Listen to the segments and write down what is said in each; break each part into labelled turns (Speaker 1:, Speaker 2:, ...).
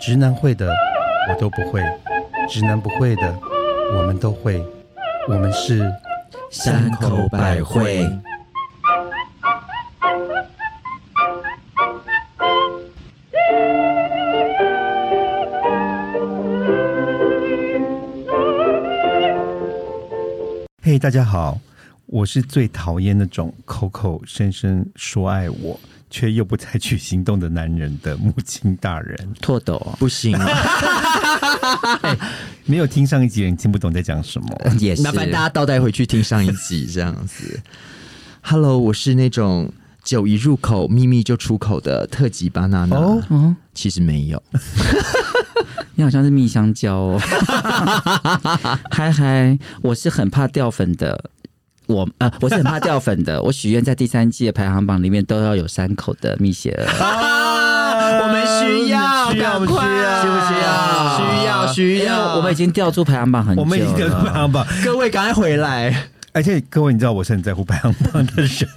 Speaker 1: 直男会的我都不会，直男不会的我们都会，我们是
Speaker 2: 山口百惠。
Speaker 1: 嘿、大家好，我是最讨厌那种口口声声说爱我，却又不采取行动的男人的母亲大人。
Speaker 2: 拓斗不行、 啊，
Speaker 1: 没有听上一集的人听不懂在讲什么。
Speaker 2: 也是
Speaker 3: 麻烦大家倒带回去听上一集，这样子。Hello，我是那种酒一入口，秘密就出口的特级巴娜娜。
Speaker 1: 哦
Speaker 2: 嗯，
Speaker 3: 其实没有，
Speaker 2: 你好像是蜜香蕉哦。嗨嗨，我是很怕掉粉的。我呃，我是很怕掉粉的。我 许愿在第三季的排行榜里面都要有山口的蜜雪儿。
Speaker 3: 我们需要，
Speaker 1: 需要不需要？
Speaker 3: 需不需要？需要，需
Speaker 2: 因为
Speaker 3: 要。
Speaker 2: 我们已经掉出排行榜很久
Speaker 1: 我
Speaker 2: 了。
Speaker 1: 们已经得排行榜，
Speaker 3: 各位赶快回来，
Speaker 1: 而且各位，你知道我是很在乎排行榜的人，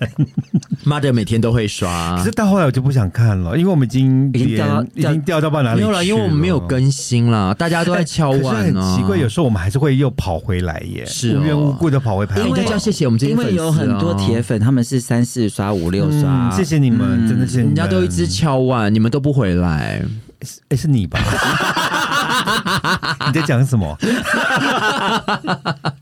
Speaker 3: 妈的，每天都会
Speaker 1: 可
Speaker 3: 刷
Speaker 1: 是。到后来我就不想看了，因为我们已经
Speaker 2: 已经掉到
Speaker 1: 连已经掉到不知道哪里
Speaker 3: 没
Speaker 1: 去
Speaker 3: 有了，因为我们没有更新了，大家都在敲
Speaker 1: 可是
Speaker 3: 碗啊
Speaker 1: 很
Speaker 3: 呢。
Speaker 1: 奇怪，有时候我们还是会又跑回来耶，
Speaker 3: 是哦
Speaker 1: 无缘无故的跑回排
Speaker 3: 因
Speaker 1: 行
Speaker 3: 为
Speaker 1: 榜。
Speaker 3: 大家谢谢我们这些
Speaker 2: 因
Speaker 3: 粉丝哦
Speaker 2: 为有很多铁粉，他们是三四刷、五六刷。
Speaker 1: 嗯，谢。谢你们，真的谢谢你
Speaker 3: 啊人
Speaker 1: 们。
Speaker 3: 家都一直敲碗，你们都不回来。
Speaker 1: 哎，是你 吧？你在讲什么？啊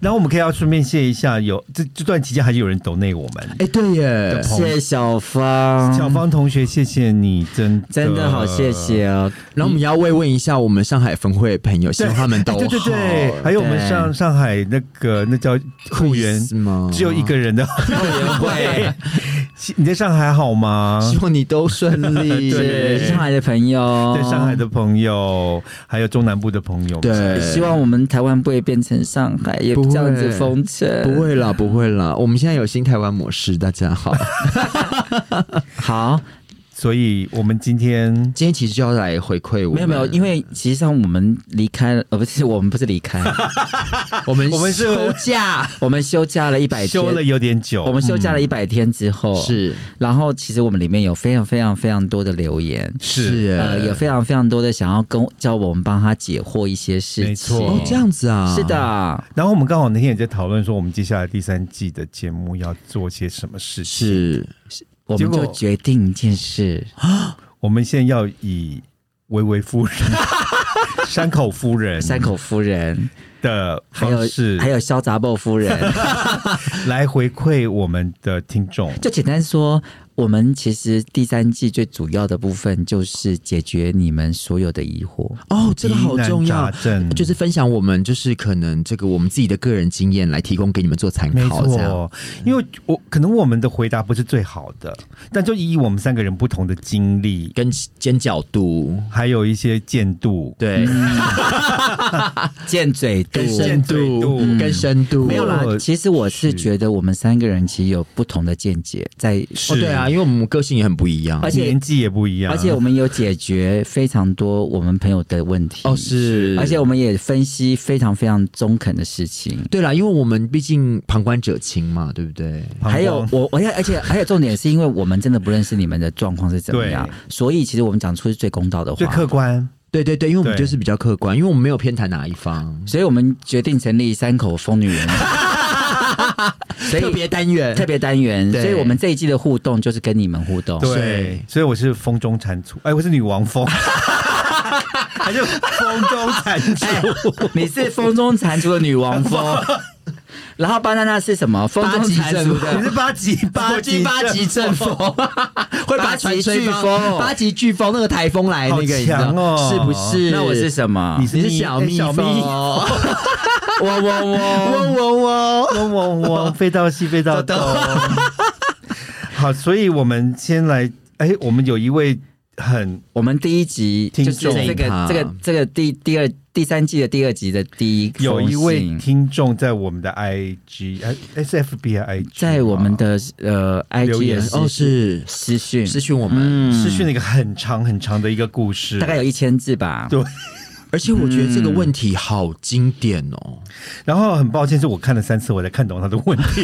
Speaker 1: 然后我们可以要顺便谢一下，有这这段期间还是有人抖内我们。
Speaker 3: 哎，对耶，
Speaker 2: 谢谢小
Speaker 3: 嗯
Speaker 2: 芳，
Speaker 1: 小芳同学，谢谢你，真的
Speaker 2: 真的好谢。谢哦。
Speaker 3: 然后我们要慰问一下我们上海分会的朋友，希望他们都
Speaker 1: 对对对，还
Speaker 3: 有
Speaker 1: 有我们上上海那个那叫护员，
Speaker 3: 吗？
Speaker 1: 只有一个人的
Speaker 3: 后援会，
Speaker 1: 你在上海好吗？
Speaker 3: 希望你都顺利。
Speaker 2: 是上海的朋友，
Speaker 1: 在
Speaker 3: 哦
Speaker 1: 上海的朋友，还有中南部的朋友，
Speaker 3: 对，
Speaker 2: 希望我们台湾不会变成上海，也
Speaker 3: 不会
Speaker 2: 这样子封城。
Speaker 3: 不会啦，不会啦，我们现在有新台湾模式，大家好。
Speaker 2: 好，
Speaker 1: 所以我们今天
Speaker 3: 今天其实就要来回馈我们，
Speaker 2: 没有没有，因
Speaker 3: 为
Speaker 2: 为其实上我们离开了，呃，不是我们不是离开，
Speaker 3: 我们
Speaker 1: 我们是
Speaker 3: 休假，
Speaker 2: 我们休假了一百天
Speaker 1: 休，了有点久，嗯
Speaker 2: 我们休假了一百天之后，
Speaker 3: 是
Speaker 2: 然后其实我们里面有非常非常非常多的留言。
Speaker 1: 是
Speaker 2: 呃，有非常非常多的想要跟叫我们帮他解惑一些事
Speaker 1: 没
Speaker 2: 情，
Speaker 1: 错
Speaker 3: 哦这样子啊，
Speaker 2: 是，的，
Speaker 1: 然后我们刚好那天也在讨论说，我们接下来第三季的节目要做些什么事情。
Speaker 3: 是
Speaker 2: 我
Speaker 1: 结
Speaker 2: 们
Speaker 1: 果
Speaker 2: 就决定一件事，
Speaker 1: 我们现在要以维维夫 人、山口夫人、
Speaker 2: 山口夫人，
Speaker 1: 的
Speaker 2: 还有
Speaker 1: 方式
Speaker 2: 还有萧杂报夫人，
Speaker 1: 来回馈我们的听众。
Speaker 2: 就简单说，我们其实第三季最主要的部分就是解决你们所有的疑惑。
Speaker 3: 哦，这个好重
Speaker 1: 疑难
Speaker 3: 要
Speaker 1: 杂。症
Speaker 3: 就是分享我们就是可能这个我们自己的个人经验来提供给你们做参
Speaker 1: 没
Speaker 3: 考，这样
Speaker 1: 错，因为我可能我们的回答不是最好的，但就以我们三个人不同的经历，
Speaker 3: 跟尖角度，
Speaker 1: 还有一些见度，
Speaker 3: 对，
Speaker 2: 尖嘴肚
Speaker 3: 跟
Speaker 1: 深
Speaker 3: 深
Speaker 1: 度
Speaker 3: 度
Speaker 1: 嗯
Speaker 3: 跟深度哦
Speaker 2: 没有啦
Speaker 1: 我，
Speaker 2: 其实我是觉得我们三个人其实有不同的见解，在
Speaker 1: 是
Speaker 3: 哦，对啊，因为我们个性也很不一样
Speaker 2: 而，且
Speaker 1: 年纪也不一样，啊
Speaker 2: 而且我们有解决非常多我们朋友的问题
Speaker 3: 哦，是，
Speaker 2: 而且我们也分析非常非常中肯的事情。
Speaker 3: 对啦，因为我们毕竟旁观者清嘛，对不对？
Speaker 1: 膀胱
Speaker 2: 还有我，而且而且还有重点是因为我们真的不认识你们的状况是怎么样
Speaker 1: 对，
Speaker 2: 所以其实我们讲出是最公道的
Speaker 1: 最
Speaker 2: 话
Speaker 1: 客。观。
Speaker 3: 对对对，因为我们
Speaker 1: 对
Speaker 3: 就是比较客观，因为我们没有偏袒哪一方，
Speaker 2: 所以我们决定成立三口疯 女人，所以
Speaker 3: 特别单元，
Speaker 2: 特别单元，
Speaker 3: 对
Speaker 2: 所以我们这一季的互动就是跟你们互动。
Speaker 1: 对，所以我是风中蟾蜍，哎，我是女王 蜂，还是风中蟾蜍？
Speaker 2: 你是风中蟾蜍的女王 风，然后巴娜娜是什么？风中蟾蜍
Speaker 3: 八
Speaker 1: 你
Speaker 2: 的
Speaker 1: 是八级
Speaker 3: 八级八级阵风，会把船吹
Speaker 2: 八级飓风
Speaker 3: 八级飓风那个台风来那
Speaker 1: 好
Speaker 3: 个，你知道
Speaker 1: 强哦
Speaker 3: 是不是？
Speaker 2: 那我是什么？
Speaker 1: 你是
Speaker 3: 你是小
Speaker 1: 哎
Speaker 3: 蜜
Speaker 1: 小
Speaker 3: 蜂，
Speaker 1: 蜜
Speaker 3: 嗡嗡
Speaker 2: 嗡嗡嗡。
Speaker 3: 嗡。
Speaker 1: 嗡嗡嗡，飞到西，飞到东。 好，所以我们先来，哎，我们有一位很
Speaker 2: 我们第一集
Speaker 1: 听
Speaker 2: 就
Speaker 1: 众啊
Speaker 2: 是这
Speaker 3: 这
Speaker 2: 个这
Speaker 3: 一
Speaker 2: 个
Speaker 3: 趴
Speaker 2: 这个第第二第三季的第二集的第一封
Speaker 1: 有
Speaker 2: 信
Speaker 1: 一位听众啊在我们的 IG 哎 SFB 啊 IG，
Speaker 2: 在我们的呃 IG
Speaker 1: 留言
Speaker 2: 的私
Speaker 3: 哦，是
Speaker 2: 私讯
Speaker 3: 私讯我们，
Speaker 2: 嗯
Speaker 1: 失去了一个很长很长的一个故事，
Speaker 2: 大概有一千字吧。
Speaker 1: 对。
Speaker 3: 而且我觉得这个问题好经典哦。
Speaker 1: 然后很抱歉，是我看了三次，我才看懂他的问题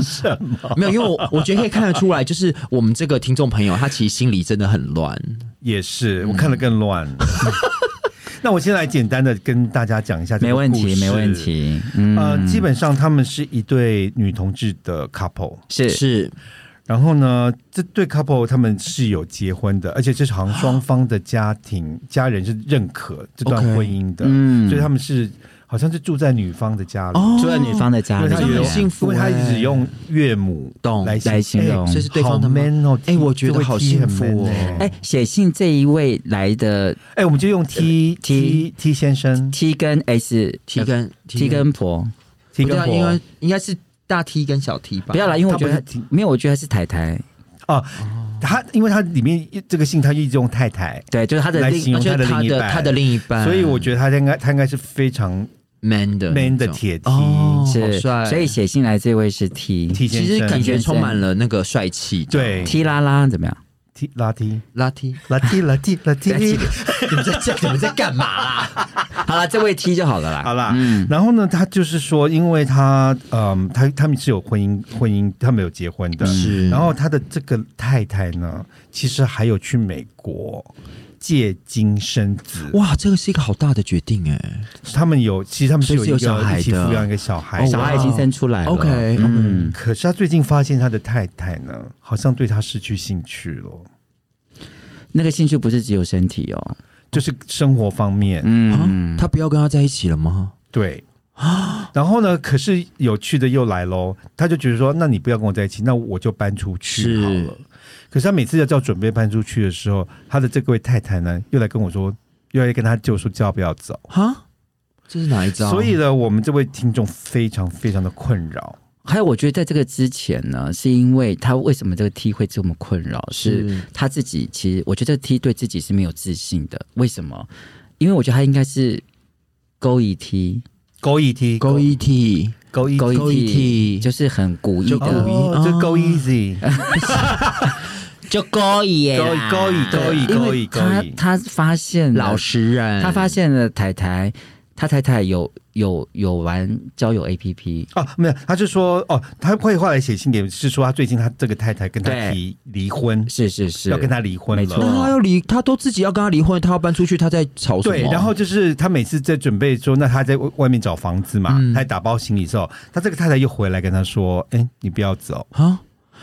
Speaker 1: 是 什么。
Speaker 3: 没有，因为我我觉得可以看得出来，就是我们这个听众朋友，他其实心里真的很乱。
Speaker 1: 也
Speaker 2: 嗯
Speaker 1: 是，我看得更乱。 那我先来简单的跟大家讲一下这
Speaker 2: 没
Speaker 1: 个
Speaker 2: 问
Speaker 1: 故
Speaker 2: 题，
Speaker 1: 事
Speaker 2: 没问。题。嗯，
Speaker 1: 呃，基本上他们是一对女同志的 couple，
Speaker 2: 是
Speaker 3: 是
Speaker 1: 然后呢，这对 couple 他们是有结婚的，而且这是好像双方的家庭家人是认可这段
Speaker 3: OK
Speaker 1: 婚姻的，
Speaker 2: 嗯
Speaker 1: 所以他们是好像是住在女方的家里，
Speaker 3: 哦
Speaker 2: 除了女方的家
Speaker 1: 因为
Speaker 2: 里，
Speaker 1: 他
Speaker 3: 这样很幸福
Speaker 1: 因为他
Speaker 3: 欸
Speaker 1: 一直用岳母
Speaker 3: 懂
Speaker 1: 来
Speaker 2: 来形
Speaker 1: 哎
Speaker 2: 容
Speaker 3: 所以是对方的
Speaker 1: 好
Speaker 3: 吗
Speaker 1: man 哦，
Speaker 3: 哎我觉得
Speaker 1: 这位
Speaker 3: 好
Speaker 1: T 很
Speaker 3: 幸福
Speaker 1: man
Speaker 3: 哦
Speaker 1: 欸
Speaker 2: 哎，写信这一位来的
Speaker 1: 哎，我们就用 T
Speaker 2: T
Speaker 1: T T 先生
Speaker 2: T 跟 S
Speaker 3: 呃 T 跟
Speaker 2: T 跟婆，
Speaker 1: ，T
Speaker 3: 不
Speaker 1: 跟
Speaker 3: 对啊
Speaker 1: 婆
Speaker 3: 应该应该是大 T 跟小 T 吧？
Speaker 2: 不要来，因为我觉得
Speaker 1: 他不
Speaker 2: 他
Speaker 1: 是 T
Speaker 2: 没有，我觉得他是太太。
Speaker 1: 哦，他因为他里面这个姓他一直用太太，
Speaker 2: 对，就是他的
Speaker 1: 来
Speaker 2: 另
Speaker 1: 形容
Speaker 3: 就是
Speaker 1: 他的
Speaker 3: 他
Speaker 1: 另一
Speaker 3: 的
Speaker 1: 半
Speaker 3: 他的另一半，
Speaker 1: 所以我觉得他应该他应该是非常
Speaker 3: man 的
Speaker 1: man
Speaker 3: 那
Speaker 1: 的
Speaker 3: 种
Speaker 1: 铁 T。
Speaker 3: 哦，好
Speaker 2: 是，
Speaker 3: 帅，
Speaker 2: 所以写信来这位是 T
Speaker 1: T 先
Speaker 3: 其
Speaker 1: 生，
Speaker 3: 实感觉
Speaker 2: 先生
Speaker 3: 充满了那个帅气。
Speaker 1: 对
Speaker 2: T 拉拉怎么样？
Speaker 1: T 拉 T
Speaker 3: 拉 T，
Speaker 1: 拉 T 拉 T 拉 T。
Speaker 3: 你们在这你们在干嘛
Speaker 1: 啊
Speaker 3: 啦？
Speaker 2: 好了，这位 T 就好了啦。
Speaker 1: 好啦，
Speaker 2: 嗯，
Speaker 1: 然后呢，他就是说，因为他，嗯，他他们是有婚姻，婚姻他们有结婚的，
Speaker 3: 是
Speaker 1: 然后他的这个太太呢，其实还有去美国借精生子，
Speaker 3: 哇，这个是一个好大的决定哎。
Speaker 1: 他们有，其实他们是
Speaker 3: 所以
Speaker 1: 有
Speaker 3: 是
Speaker 1: 一
Speaker 3: 有
Speaker 1: 个
Speaker 3: 小孩的
Speaker 1: 一起抚养一个小孩，
Speaker 3: 哦
Speaker 2: 小孩已经生出来了。
Speaker 3: 哇 OK，OK
Speaker 2: 嗯，
Speaker 1: 可是他最近发现他的太太呢，好像对他失去兴趣了，
Speaker 2: 那个兴趣不是只有身体哦。
Speaker 1: 就是生活方面，
Speaker 3: 啊
Speaker 2: 嗯，
Speaker 3: 他不要跟他在一起了吗？
Speaker 1: 对。然后呢？可是有趣的又来喽，他就觉得说，那你不要跟我在一起，那我就搬出去好了。可是他每次要叫准备搬出去的时候，他的这位太太呢，又来跟我说，又来跟他就说叫不要走。
Speaker 3: 啊，这是哪一招？
Speaker 1: 所以呢，我们这位听众非常非常的困扰。
Speaker 2: 还有我觉得在这个之前呢，是因为他为什么这个 T 会这么困扰？是
Speaker 3: 是
Speaker 2: 他自己其实我觉得这个 T 对自己是没有自信的。为什么？因为我觉得他应该是勾一 T，
Speaker 1: 勾一 T，
Speaker 3: 勾一 E T，
Speaker 1: 勾 E 一
Speaker 2: 勾
Speaker 3: 勾
Speaker 2: 一
Speaker 3: 一
Speaker 2: E T
Speaker 3: T
Speaker 2: 就是很古意
Speaker 3: 就勾
Speaker 2: 的，
Speaker 1: 哦，
Speaker 3: 一
Speaker 1: 就
Speaker 3: 哦
Speaker 1: 勾 easy，
Speaker 2: 就勾一耶
Speaker 1: 勾 E 一勾一勾一
Speaker 2: 因
Speaker 1: 勾
Speaker 2: 为
Speaker 1: 一勾
Speaker 2: 他
Speaker 1: 一。
Speaker 2: 他发现了
Speaker 3: 老实人，
Speaker 2: 他发现了太太，他太太有有有玩交友 A P P，
Speaker 1: 哦，没有，他就说哦，他会后来写信给，是说他最近他这个太太跟他
Speaker 2: 对
Speaker 1: 提离婚，
Speaker 2: 是是是，
Speaker 1: 要跟他离婚
Speaker 2: 没
Speaker 1: 了
Speaker 2: 错。
Speaker 3: 那他要离，他都自己要跟他离婚，他要搬出去，他在吵什么？
Speaker 1: 对，然后就是他每次在准备说，那他在外外面找房子嘛，
Speaker 3: 嗯
Speaker 1: 他打包行李之后，他这个太太又回来跟他说：“哎、你不要走。
Speaker 3: 啊，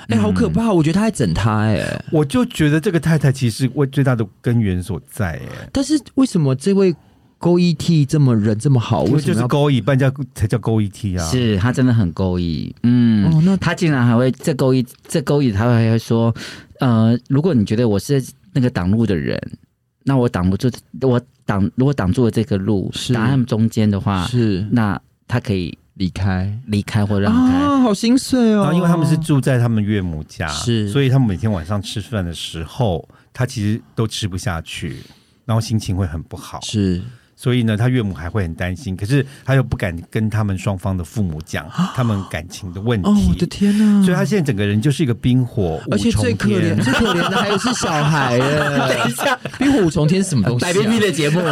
Speaker 3: 哎、好可怕！我觉得他在整他哎、”
Speaker 1: 我就觉得这个太太其实为最大的根源所在、哎，
Speaker 3: 但是为什么这位勾一 T 这么人这么好？
Speaker 1: 因
Speaker 3: 哦为
Speaker 1: 为
Speaker 3: 什
Speaker 1: 就
Speaker 3: 么
Speaker 1: 是
Speaker 3: 要？
Speaker 1: 勾一半叫才叫勾一 T 啊，
Speaker 2: 是他真的很勾引，嗯，
Speaker 3: 哦那
Speaker 2: 他竟然还会这勾引这勾引，他还会说，呃，如果你觉得我是那个挡路的人，那我挡不住，我挡如果挡住了这个路，
Speaker 3: 是
Speaker 2: 挡在他们中间的话，
Speaker 3: 啊是
Speaker 2: 那他可以
Speaker 3: 离开
Speaker 2: 离开或让开。
Speaker 3: 啊，好心碎
Speaker 1: 然
Speaker 3: 哦。
Speaker 1: 后因为他们是住在他们岳母家，
Speaker 3: 是
Speaker 1: 所以他们每天晚上吃饭的时候，他其实都吃不下去，然后心情会很不好，
Speaker 3: 是
Speaker 1: 所以呢，他岳母还会很担心，可是他又不敢跟他们双方的父母讲他们感情的问题。
Speaker 3: 啊哦，我的天哪、
Speaker 1: 所以他现在整个人就是一个冰火五
Speaker 3: 而且
Speaker 1: 重
Speaker 3: 最可
Speaker 1: 天
Speaker 3: 怜、。最可怜的还有是小孩耶！等一下，《冰火五重天》是什么东西、啊？
Speaker 2: 的节目，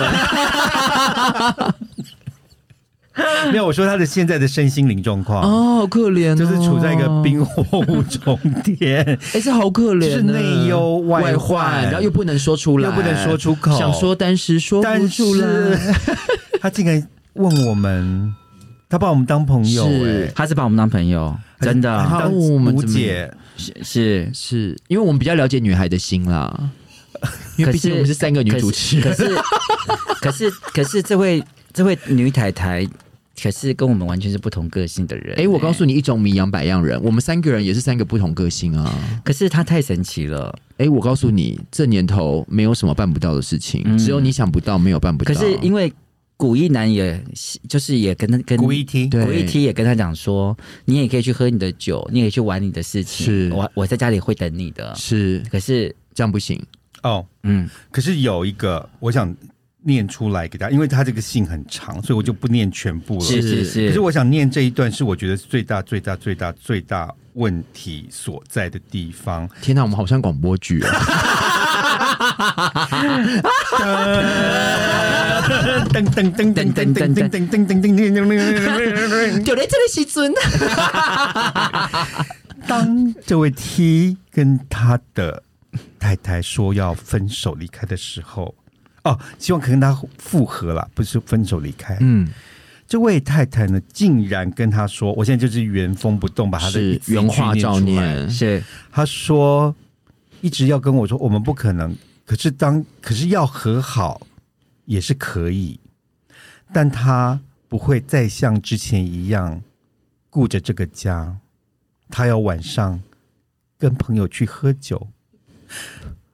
Speaker 1: 没有，我说他的现在的身心灵状况，
Speaker 3: 哦，好可怜、哦，
Speaker 1: 就是处在一个冰火五重 天。
Speaker 3: 哎、这好可怜呢，
Speaker 1: 就是内忧外
Speaker 3: 外
Speaker 1: 患
Speaker 3: 然后又不能说出来，
Speaker 1: 又不能说出口
Speaker 3: 想说但是说
Speaker 1: 但
Speaker 3: 不出
Speaker 1: 是
Speaker 3: 来。
Speaker 1: 他竟然问我们，他把我们当朋友、
Speaker 3: 是啊
Speaker 1: 哎，
Speaker 2: 他是把我们当朋友，
Speaker 3: 哎
Speaker 2: 真的
Speaker 1: 他
Speaker 3: 他
Speaker 1: 当
Speaker 3: 问我们
Speaker 1: 吴
Speaker 3: 怎么
Speaker 1: 姐，
Speaker 2: 是是
Speaker 3: 是因为我们比较了解女孩的心啦，因为
Speaker 2: 可
Speaker 3: 毕竟我们是三个女主持
Speaker 2: 可
Speaker 3: 人，
Speaker 2: 是可是可是这位这位女太太，可是跟我们完全是不同个性的人、
Speaker 3: 哎、我告诉你，一种米养百样人，我们三个人也是三个不同个性啊。
Speaker 2: 你，可是她太神奇了。
Speaker 3: 哎、我告诉你，这年头没有什么办不到的事情，
Speaker 2: 嗯
Speaker 3: 只有你想不到，没有办不
Speaker 2: 可
Speaker 3: 到。
Speaker 2: 是因为古一男也就是也跟他跟
Speaker 1: 古一听，
Speaker 3: 对
Speaker 2: 古一 T 也跟他讲说，你也可以去喝你的酒，你也可以去玩你的事情，
Speaker 3: 是
Speaker 2: 我我在家里会等你的。
Speaker 3: 是
Speaker 2: 可是，
Speaker 3: 这样不行，
Speaker 1: 哦，
Speaker 2: 嗯，
Speaker 1: 可是有一个我想念出来给大家，因为他这个信很长，所以我就不念全部了。
Speaker 2: 是是
Speaker 1: 可是
Speaker 2: 是，
Speaker 1: 我想念这一段，是我觉得最大、最大、最大、最大问题所在的地方。
Speaker 3: 天哪，我们好像广播剧啊！
Speaker 1: 噔噔噔噔噔噔噔噔噔噔噔噔噔。
Speaker 3: 就在这里西尊，
Speaker 1: 当这位 T 跟他的太太说要分手离开的时候，哦，希望可以跟他复合啦，不是分手离开。
Speaker 3: 嗯，
Speaker 1: 这位太太呢，竟然跟他说：“我现在就是原封不动把他的一
Speaker 3: 是
Speaker 1: 字一句
Speaker 3: 原话照
Speaker 1: 念出来。
Speaker 3: 念，
Speaker 2: 是
Speaker 1: 他说一直要跟我说我们不可能，可是当可是要和好也是可以，但他不会再像之前一样顾着这个家，他要晚上跟朋友去喝酒，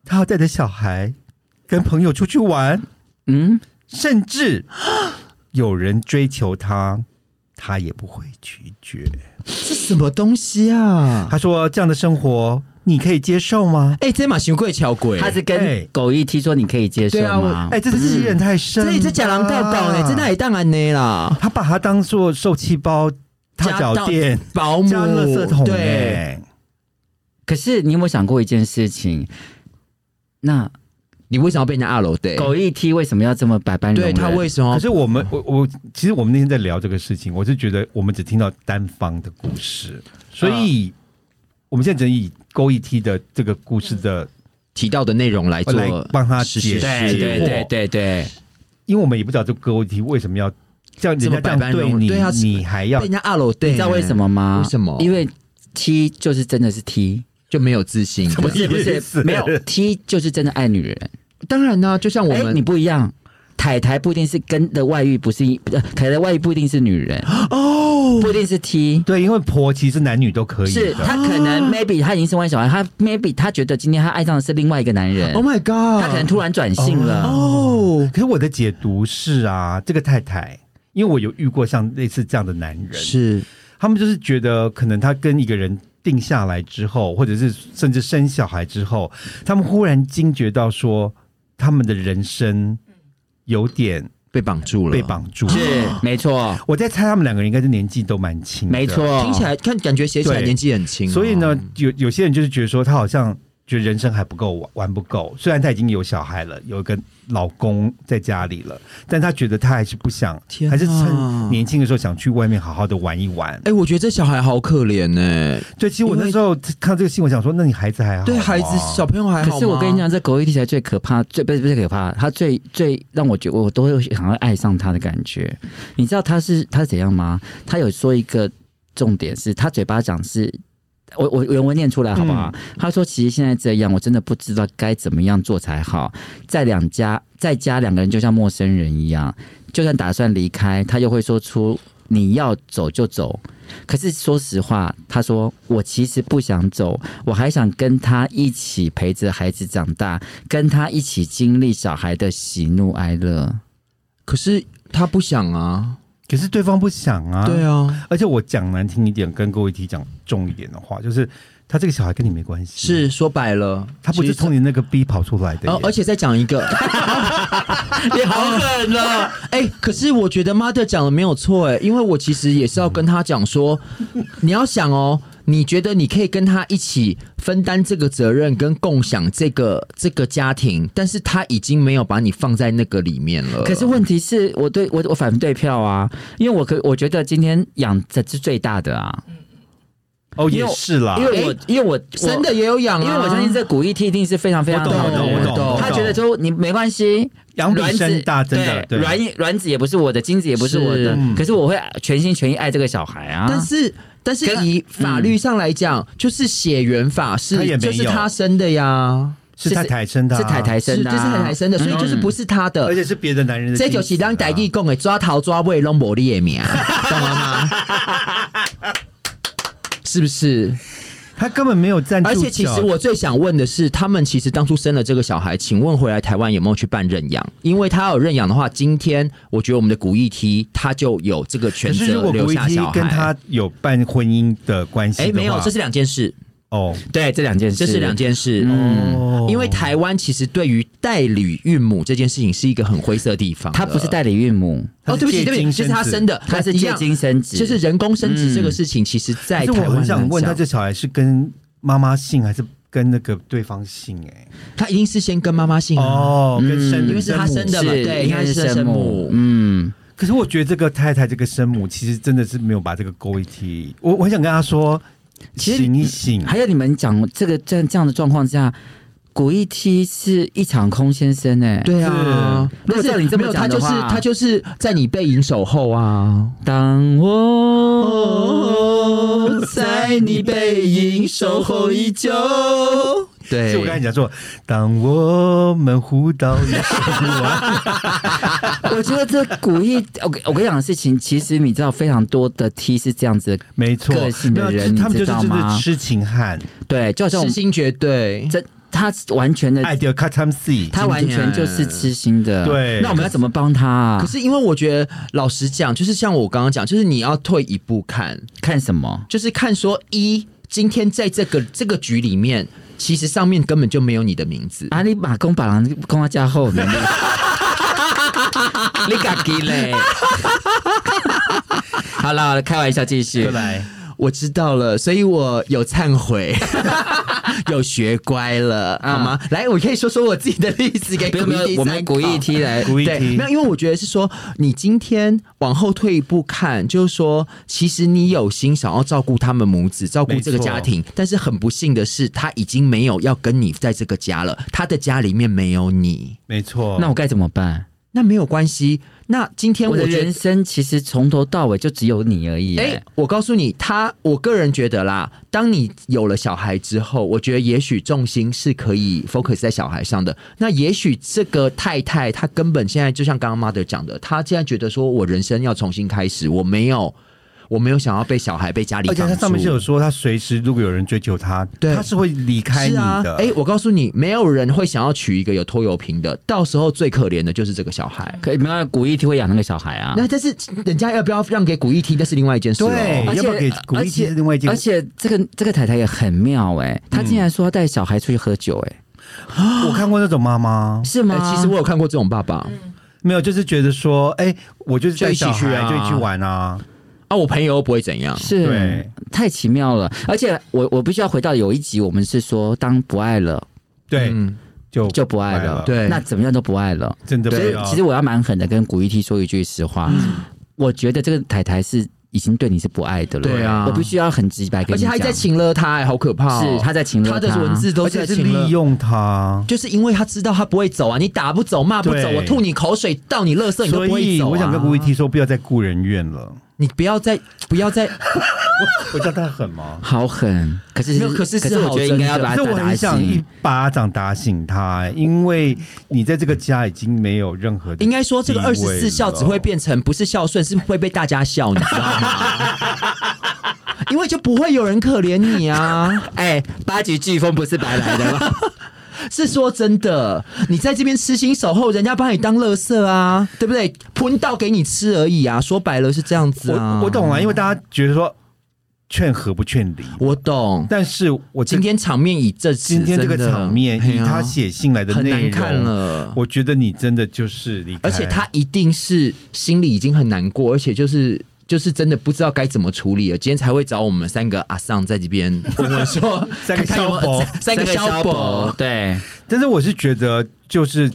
Speaker 1: 他要带着小孩跟朋友出去玩，
Speaker 2: 嗯，
Speaker 1: 甚至有人追求他，他也不会拒绝。
Speaker 3: 这什么东西啊？
Speaker 1: 他说这样的生活你可以接受吗？
Speaker 3: 哎、这马行贵桥鬼，
Speaker 2: 他是
Speaker 1: 哎
Speaker 2: 跟狗一踢说你可以接受
Speaker 3: 对啊我
Speaker 2: 吗？
Speaker 1: 哎、这真是有点太深
Speaker 3: 这
Speaker 1: 了，
Speaker 3: 里是假狼欸带狗呢，这哪里当然呢啦？
Speaker 1: 他把它当做受气包、踏脚垫、
Speaker 3: 保姆
Speaker 1: 加垃圾桶、
Speaker 3: 对，
Speaker 1: 哎，
Speaker 2: 可是你有没有想过一件事情？那
Speaker 3: 你为什么要被人家二楼对？
Speaker 2: 狗一踢为什么要这么百般容
Speaker 3: 哎对
Speaker 2: 忍？
Speaker 3: 他为什么
Speaker 1: 可？是我们，我我其实我们那天在聊这个事情，我是觉得我们只听到单方的故事，所
Speaker 3: 嗯
Speaker 1: 以、我们现在只能以勾一 T 的这个故事的，
Speaker 3: 提到的内容来做
Speaker 1: 来帮他
Speaker 3: 实
Speaker 1: 解
Speaker 3: 施
Speaker 1: 释
Speaker 2: 对对对对对，
Speaker 1: 因为我们也不知道这个勾一 T 为什么要这样，人
Speaker 3: 这
Speaker 1: 家
Speaker 3: 么
Speaker 1: 这
Speaker 3: 百
Speaker 1: 样
Speaker 3: 般
Speaker 1: 对
Speaker 3: 容
Speaker 1: 你，
Speaker 3: 对啊
Speaker 1: 你还要
Speaker 3: 被人家二楼对，
Speaker 2: 你知道为什么吗？
Speaker 3: 为什么
Speaker 2: 因为踢就是真的是踢，
Speaker 3: 就没有自信？
Speaker 2: 不是不
Speaker 1: 意思
Speaker 2: 是没有踢就是真的爱女人。
Speaker 3: 当然呢、就像我
Speaker 2: 哎，
Speaker 3: 们、
Speaker 2: 你不一样。太太不一定是跟的外遇，不是一呃太太外遇不一定是女人哦，不一定是 T，
Speaker 1: 对，因为婆其实男女都可以
Speaker 2: 是
Speaker 1: 的，
Speaker 2: 她可
Speaker 3: 啊
Speaker 2: 能 maybe 她已经生完小孩，她 maybe 她觉得今天她爱上的是另外一个男人
Speaker 3: o h my God，
Speaker 2: 她可能突然转性了。
Speaker 3: 哦，
Speaker 1: 可是我的解读是啊，这个太太，因为我有遇过像类似这样的男人，
Speaker 3: 是
Speaker 1: 他们就是觉得可能他跟一个人定下来之后，或者是甚至生小孩之后，他们忽然惊觉到说，他们的人生有点
Speaker 3: 被绑住了，
Speaker 1: 被。绑住。
Speaker 2: 是，没错，
Speaker 1: 我在猜他们两个人应该是年纪都蛮轻，
Speaker 2: 没。错，
Speaker 3: 听起来看感觉写起来
Speaker 1: 对
Speaker 3: 年纪很轻哦、
Speaker 1: 所以呢，有有些人就是觉得说，他好像觉得人生还不够玩，玩不够。虽然他已经有小孩了，有一个老公在家里了，但他觉得他还是不想，
Speaker 3: 天
Speaker 1: 还是
Speaker 3: 哪
Speaker 1: 趁年轻的时候想去外面好好的玩一玩。
Speaker 3: 哎、我觉得这小孩好可怜呢、
Speaker 1: 对，其实我那时候看到这个新闻，想说，那你孩子还好吗？啊
Speaker 3: 对孩子小朋友还好
Speaker 2: 可是我
Speaker 3: 吗
Speaker 2: 跟你，讲，这狗一听起来最可怕，最不是不是可怕，它最最让我觉得我都会想要爱上它的感觉。你知道它是它是怎样吗？它有说一个重点是，它嘴巴讲是。我我原文念出来好不好？
Speaker 3: 嗯
Speaker 2: 他说：“其实现在这样，我真的不知道该怎么样做才好。在两家在家两个人就像陌生人一样，就算打算离开，他又会说出你要走就走。可是说实话，他说我其实不想走，我还想跟他一起陪着孩子长大，跟他一起经历小孩的喜怒哀乐。
Speaker 3: 可是他不想啊，
Speaker 1: 可是对方不想啊。
Speaker 3: 对啊，
Speaker 1: 而且我讲难听一点，跟各位提讲重一点的话，就是他这个小孩跟你没关系，
Speaker 3: 是说白了，
Speaker 1: 他不
Speaker 3: 其
Speaker 1: 是
Speaker 3: 实
Speaker 1: 从你那个逼跑出来的耶、
Speaker 3: 然后而且再讲一 个，
Speaker 2: 你好狠 了！
Speaker 3: 哎、可是我觉得 mother 讲的没有错哎、因为我其实也是要跟他讲 说，你要想哦，你觉得你可以跟他一起分担这个责任跟共享这个这个家庭，但是他已经没有把你放在那个里面了。
Speaker 2: 可是问题是我对我我反对票啊，因为我可我觉得今天养的是最大的啊，
Speaker 1: 哦
Speaker 2: 因为
Speaker 1: 也是啦，
Speaker 2: 因为我因为我
Speaker 3: 啊生的。也有养
Speaker 2: 我
Speaker 3: 啊，
Speaker 2: 因为我相信这古意替一定是非常非常
Speaker 1: 我懂
Speaker 2: 好的
Speaker 3: 我懂
Speaker 2: 人
Speaker 3: 我懂我懂
Speaker 2: 他觉得说你没关系，
Speaker 1: 养比
Speaker 2: 卵子
Speaker 1: 生大真的
Speaker 2: 对
Speaker 1: 对
Speaker 2: 卵卵子也不是我的，精子也不是我
Speaker 3: 是
Speaker 2: 的
Speaker 1: 嗯，
Speaker 2: 可是我会全心全意爱这个小孩啊。
Speaker 3: 但是。但是
Speaker 2: 跟
Speaker 3: 以法律上来讲，就是血缘法
Speaker 1: 他也没
Speaker 3: 是就是
Speaker 1: 有
Speaker 3: 嗯他生的呀，
Speaker 1: 是太太生的、啊，嗯
Speaker 2: 是太太
Speaker 3: 是
Speaker 2: 生的、
Speaker 3: 就是太太生的，所以就是不是他的。
Speaker 1: 而且是别的男人的精
Speaker 3: 这
Speaker 1: 子啊、
Speaker 3: 就是当代义讲的抓头抓尾拢无你的名，懂了吗？是不是？
Speaker 1: 他根本没有站住
Speaker 3: 而
Speaker 1: 脚。
Speaker 3: 且其实我最想问的是，他们其实当初生了这个小孩，请问回来台湾有没有去办认养？因为他有认养的话，今天我觉得我们的古议题他就有这个权
Speaker 1: 可是如
Speaker 3: 责
Speaker 1: 果
Speaker 3: 留
Speaker 1: 古一
Speaker 3: 下
Speaker 1: 梯
Speaker 3: 小孩。
Speaker 1: 跟他有办婚姻的关系
Speaker 3: 哎、
Speaker 1: 的话，
Speaker 3: 没有，这是两件事，
Speaker 1: 哦
Speaker 2: 对这两件事，
Speaker 3: 这是两件事。
Speaker 1: 哦
Speaker 3: 因为台湾其实对于代理孕母这件事情是一个很灰色的地方的，
Speaker 2: 他不是代理孕母，
Speaker 3: 哦，对不
Speaker 1: 他是
Speaker 3: 起，
Speaker 1: 借
Speaker 3: 对不
Speaker 1: 精
Speaker 3: 起，就是他
Speaker 1: 生子
Speaker 3: 生的，嗯
Speaker 2: 他是
Speaker 3: 一
Speaker 2: 借
Speaker 3: 样
Speaker 2: 精生殖，
Speaker 3: 就是人工生殖这个事情，其实在
Speaker 1: 可
Speaker 3: 哎台
Speaker 1: 是我
Speaker 3: 湾
Speaker 1: 很想问，
Speaker 3: 来
Speaker 1: 他
Speaker 3: 讲
Speaker 1: 这小孩是跟妈妈姓还是跟那个对方姓、哎，
Speaker 3: 他一定是先跟妈妈姓啊，
Speaker 1: 哦，跟生、
Speaker 3: 因为是他生的嘛，
Speaker 2: 是
Speaker 3: 对，应
Speaker 2: 应
Speaker 3: 该
Speaker 2: 该
Speaker 3: 是
Speaker 2: 是
Speaker 3: 生
Speaker 2: 生
Speaker 3: 母
Speaker 2: 母。。嗯，
Speaker 1: 可是我觉得这个太太这个生母其实真的是没有把这个勾一提，我我很想跟她说，
Speaker 2: 其实
Speaker 1: 醒一醒，
Speaker 2: 嗯还有你们讲这个这样这样的状况下，古一梯是一场空先生哎、
Speaker 3: 对啊，
Speaker 2: 是如果照你这么
Speaker 3: 没有他
Speaker 2: 讲
Speaker 3: 就
Speaker 2: 的
Speaker 3: 是
Speaker 2: 话
Speaker 3: 他就是在你背影守候啊。
Speaker 2: 当我
Speaker 3: 哦
Speaker 2: 在你背影守候已久，
Speaker 3: 对，
Speaker 1: 是我刚才讲说，当我们互道一声 晚安，
Speaker 2: 我觉得这古意，我我跟你讲的事情，其实你知道非常多的 T 是这样子的，
Speaker 1: 没错，
Speaker 2: 个性的
Speaker 1: 没有
Speaker 2: 人
Speaker 1: 他们
Speaker 2: 你
Speaker 1: 就是
Speaker 2: 知道
Speaker 1: 真的
Speaker 2: 吗
Speaker 1: 痴情汉，
Speaker 2: 对，就好像我
Speaker 3: 痴
Speaker 2: 们
Speaker 3: 心绝对，
Speaker 2: 这他完全的，
Speaker 1: 爱的 cut time see，
Speaker 2: 他完全就是痴心的，
Speaker 1: 对
Speaker 2: 那我们要怎么帮他、啊？
Speaker 3: 可是因为我觉得，老实讲，就是像我刚刚讲，就是你要退一步看，
Speaker 2: 看什么？
Speaker 3: 就是看说一今天在这个这个局里面，其实上面根本就没有你的名字。
Speaker 2: 阿里马公把人公到家后呢？你嘎叽嘞！好了，好了开玩笑，继续
Speaker 1: 对。来，
Speaker 3: 我知道了，所以我有忏悔， 有学乖了，好吗？来，我可以说说我自己的例子给
Speaker 2: 嗯不用
Speaker 3: 古一
Speaker 2: 不用，
Speaker 3: 第
Speaker 2: 我
Speaker 3: 三
Speaker 2: 们古
Speaker 3: 考
Speaker 2: 意踢来，
Speaker 1: 故意
Speaker 3: 对，
Speaker 1: 听
Speaker 3: 没有，因为我觉得是说，你今天往后退一步看，就是说，其实你有心想要照顾他们母子，照顾这个家庭，但是很不幸的是，他已经没有要跟你在这个家了，他的家里面没有你，
Speaker 1: 没错，
Speaker 2: 那我该怎么办？
Speaker 3: 那没有关系。那今天
Speaker 2: 我
Speaker 3: 我
Speaker 2: 的
Speaker 3: 觉
Speaker 2: 人
Speaker 3: 得。
Speaker 2: 生其实从头到尾就只有你而已、
Speaker 3: 哎、
Speaker 2: 哎，
Speaker 3: 我告诉你，他，我个人觉得啦，当你有了小孩之后，我觉得也许重心是可以 focus 在小孩上的。那也许这个太太她根本现在就像刚刚 mother 讲的，她现在觉得说我人生要重新开始，我没有，我没有想要被小孩被家里
Speaker 1: 而且
Speaker 3: 绑
Speaker 1: 他
Speaker 3: 住。
Speaker 1: 上面是有说，他随时如果有人追求他，
Speaker 3: 对
Speaker 1: 他是会离开你
Speaker 3: 是啊
Speaker 1: 的，，
Speaker 3: 哎、我告诉你，没有人会想要娶一个有拖油瓶的，到时候最可怜的就是这个小孩。
Speaker 2: 可以没有古意踢会养那个小孩啊。
Speaker 3: 那但是人家要不要让给古一听，那是另外一件事、哦。
Speaker 1: 对
Speaker 2: 而
Speaker 1: 要不
Speaker 2: 且
Speaker 1: 要给鼓励其实另外一件
Speaker 2: 而且这个这个太太也很妙哎、
Speaker 3: 嗯
Speaker 2: 她竟然说要带小孩出去喝酒哎、
Speaker 1: 我看过那种妈妈，
Speaker 2: 是
Speaker 3: 哎、
Speaker 2: 吗？
Speaker 3: 其实我有看过这种爸爸、
Speaker 1: 没有，就是觉得说，哎、我就是带小
Speaker 3: 就一起去
Speaker 1: 孩
Speaker 3: 啊
Speaker 1: 就一起玩啊，
Speaker 3: 啊，我朋友又不会怎样。
Speaker 2: 是
Speaker 1: 对
Speaker 2: 太奇妙了，而且我我必须要回到有一集，我们是说当不爱了
Speaker 1: 对，
Speaker 3: 嗯
Speaker 1: 就
Speaker 2: 就不爱了，
Speaker 3: 对
Speaker 2: 那怎么样都不爱了。
Speaker 1: 真的
Speaker 2: 所
Speaker 1: 不
Speaker 2: 以
Speaker 1: 要。
Speaker 2: 其实我要蛮狠的跟古一 T 说一句实话，
Speaker 3: 嗯
Speaker 2: 我觉得这个太太是已经对你是不爱的了，
Speaker 3: 对啊
Speaker 2: 我必须要很直白跟
Speaker 3: 而
Speaker 2: 你
Speaker 3: 且
Speaker 2: 讲，
Speaker 3: 他还在情勒他、哎，好可怕、哦！
Speaker 2: 是他在情勒
Speaker 3: 他的
Speaker 2: 他？
Speaker 3: 文字都
Speaker 1: 而
Speaker 3: 是
Speaker 1: 且
Speaker 3: 在
Speaker 1: 是
Speaker 3: 情勒
Speaker 1: 利，用他，
Speaker 3: 就是因为他知道他不会走啊，你打不走，骂不走，
Speaker 1: 对
Speaker 3: 我吐你口水，倒你垃圾，你都
Speaker 1: 所
Speaker 3: 不会
Speaker 1: 以
Speaker 3: 走、啊。
Speaker 1: 我想跟顾一，提说，不要再雇人怨了。
Speaker 3: 你不要再，不要再，
Speaker 1: 我知道他狠吗
Speaker 2: 好狠，可是
Speaker 3: 没有可是
Speaker 2: 可
Speaker 3: 是
Speaker 2: 是我
Speaker 3: 好
Speaker 2: 觉得
Speaker 3: 真
Speaker 2: 应该要
Speaker 3: 的
Speaker 2: 把
Speaker 1: 可是
Speaker 2: 他
Speaker 1: 我
Speaker 2: 打
Speaker 1: 很想一
Speaker 2: 醒。
Speaker 1: 巴掌打醒他、因为你在这个家已经没有任何的
Speaker 3: 应该说这个
Speaker 1: 地
Speaker 3: 二
Speaker 1: 位
Speaker 3: 十四孝只会变成不是孝顺，是会被大家笑，你知道吗？ 因为就不会有人可怜你 啊！
Speaker 2: 哎，八级飓风不是白来的吗？
Speaker 3: 是说真的，你在这边痴心守候，人家把你当垃圾啊，对不对？喷到给你吃而已啊，说白了是这样子啊。
Speaker 1: 我我懂了，因为大家觉得说劝和不劝离，
Speaker 3: 我懂。
Speaker 1: 但是我这
Speaker 3: 今天场面以这次
Speaker 1: 今天这个
Speaker 3: 真的
Speaker 1: 场面，
Speaker 3: 嘿
Speaker 1: 以
Speaker 3: 啊
Speaker 1: 他写信来的
Speaker 3: 很
Speaker 1: 内容
Speaker 3: 难看了
Speaker 1: 我觉得你真的就是离开，
Speaker 3: 而且他一定是心里已经很难过，而且就是就是真的不知道该怎么处理了，今天才会找我们三个阿桑在 这边问我说，
Speaker 1: 三个
Speaker 3: 看看有没有
Speaker 1: 小宝
Speaker 3: 三三个小宝，
Speaker 2: 对，
Speaker 1: 但是我是觉得就是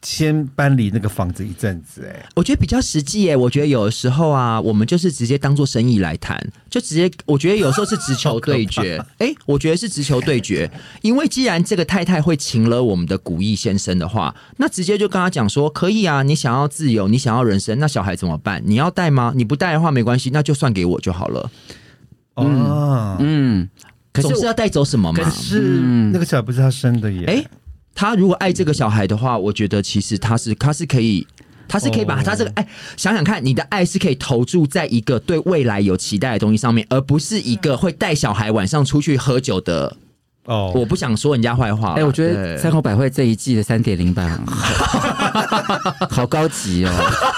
Speaker 1: 先搬离那个房子一阵子、哎，
Speaker 3: 我觉得比较实际耶。我觉得有的时候啊，我们就是直接当做生意来谈，就直接我觉得有时候是直球对决。 哎、我觉得是直球对决，因为既然这个太太会擒了我们的古意先生的话，那直接就跟他讲说，可以啊，你想要自由，你想要人生，那小孩怎么办？你要带吗？你不带的话没关系，那就算给我就好了。
Speaker 1: 哦，
Speaker 2: 嗯，可是
Speaker 3: 总是要带走什么嘛
Speaker 1: 可。是、那个小孩不是他生的耶，
Speaker 3: 嗯哎、他如果爱这个小孩的话，我觉得其实他是他是可以。他是可以把
Speaker 1: 哦
Speaker 3: 他这个爱、哎想想看，你的爱是可以投注在一个对未来有期待的东西上面，而不是一个会带小孩晚上出去喝酒的。
Speaker 1: 哦，
Speaker 3: 我不想说人家坏话啦。
Speaker 2: 哎、我觉得
Speaker 3: 对
Speaker 2: 三口百惠这一季的三点零 版很好，好高级哦。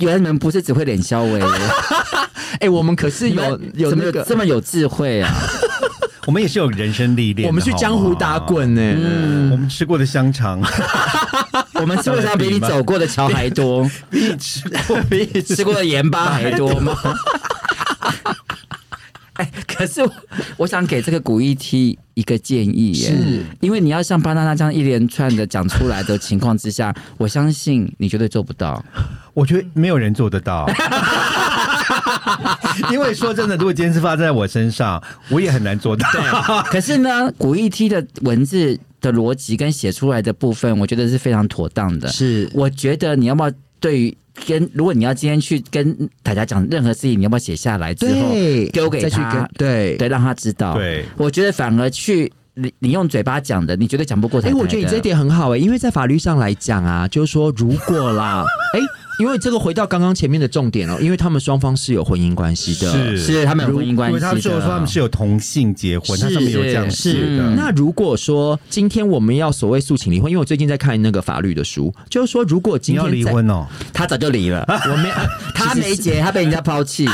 Speaker 2: 原来你们不是只会脸消微，
Speaker 3: 哎、我们可是
Speaker 2: 你
Speaker 3: 有
Speaker 2: 们
Speaker 3: 有
Speaker 2: 怎么
Speaker 3: 那
Speaker 2: 有
Speaker 3: 个，
Speaker 2: 这么有智慧 啊？
Speaker 1: 我们也是有人生历练的，
Speaker 3: 我们去江湖打滚呢、
Speaker 1: 好吗。我们吃过的香肠，
Speaker 2: 我们吃过上比你走过的桥还多，
Speaker 1: 你也吃过，
Speaker 2: 比你吃过的盐巴还多吗？ 哎，可是我我想给这个古一 T 一个建议耶，
Speaker 3: 是
Speaker 2: 因为你要像巴娜娜这样一连串的讲出来的情况之下， 我相信你绝对做不到。
Speaker 1: 我觉得没有人做得到。 因为说真的，如果今天是发生在我身上，我也很难做到。
Speaker 2: 可是呢，古一 T 的文字的逻辑跟写出来的部分，我觉得是非常妥当的。
Speaker 3: 是
Speaker 2: 我觉得你要不要对于跟如果你要今天去跟大家讲任何事情，你要不要写下来之后
Speaker 3: 对，
Speaker 2: 丢给
Speaker 3: 再去
Speaker 2: 他
Speaker 3: 跟，对
Speaker 2: 对，让他知道。
Speaker 1: 对，
Speaker 2: 我觉得反而去你你用嘴巴讲的，你绝对讲不过他。
Speaker 3: 哎、我觉得你这一点很好哎、因为在法律上来讲啊，就是说如果 啦，哎、因为这个回到刚刚前面的重点哦，因为他们双方是有婚姻关系的，
Speaker 2: 是他们有婚姻关
Speaker 1: 因为
Speaker 2: 系的，
Speaker 1: 他们说他们是有同性结婚，
Speaker 3: 是
Speaker 1: 他上面有这样写
Speaker 2: 是
Speaker 1: 的。
Speaker 2: 嗯
Speaker 3: 那如果说今天我们要所谓诉请离婚，因为我最近在看那个法律的书，就是说如果今
Speaker 1: 你
Speaker 3: 天
Speaker 1: 要
Speaker 3: 在
Speaker 1: 离，婚哦？
Speaker 2: 他早 就离了，
Speaker 3: 我没有
Speaker 2: 他没结，他被人家抛弃。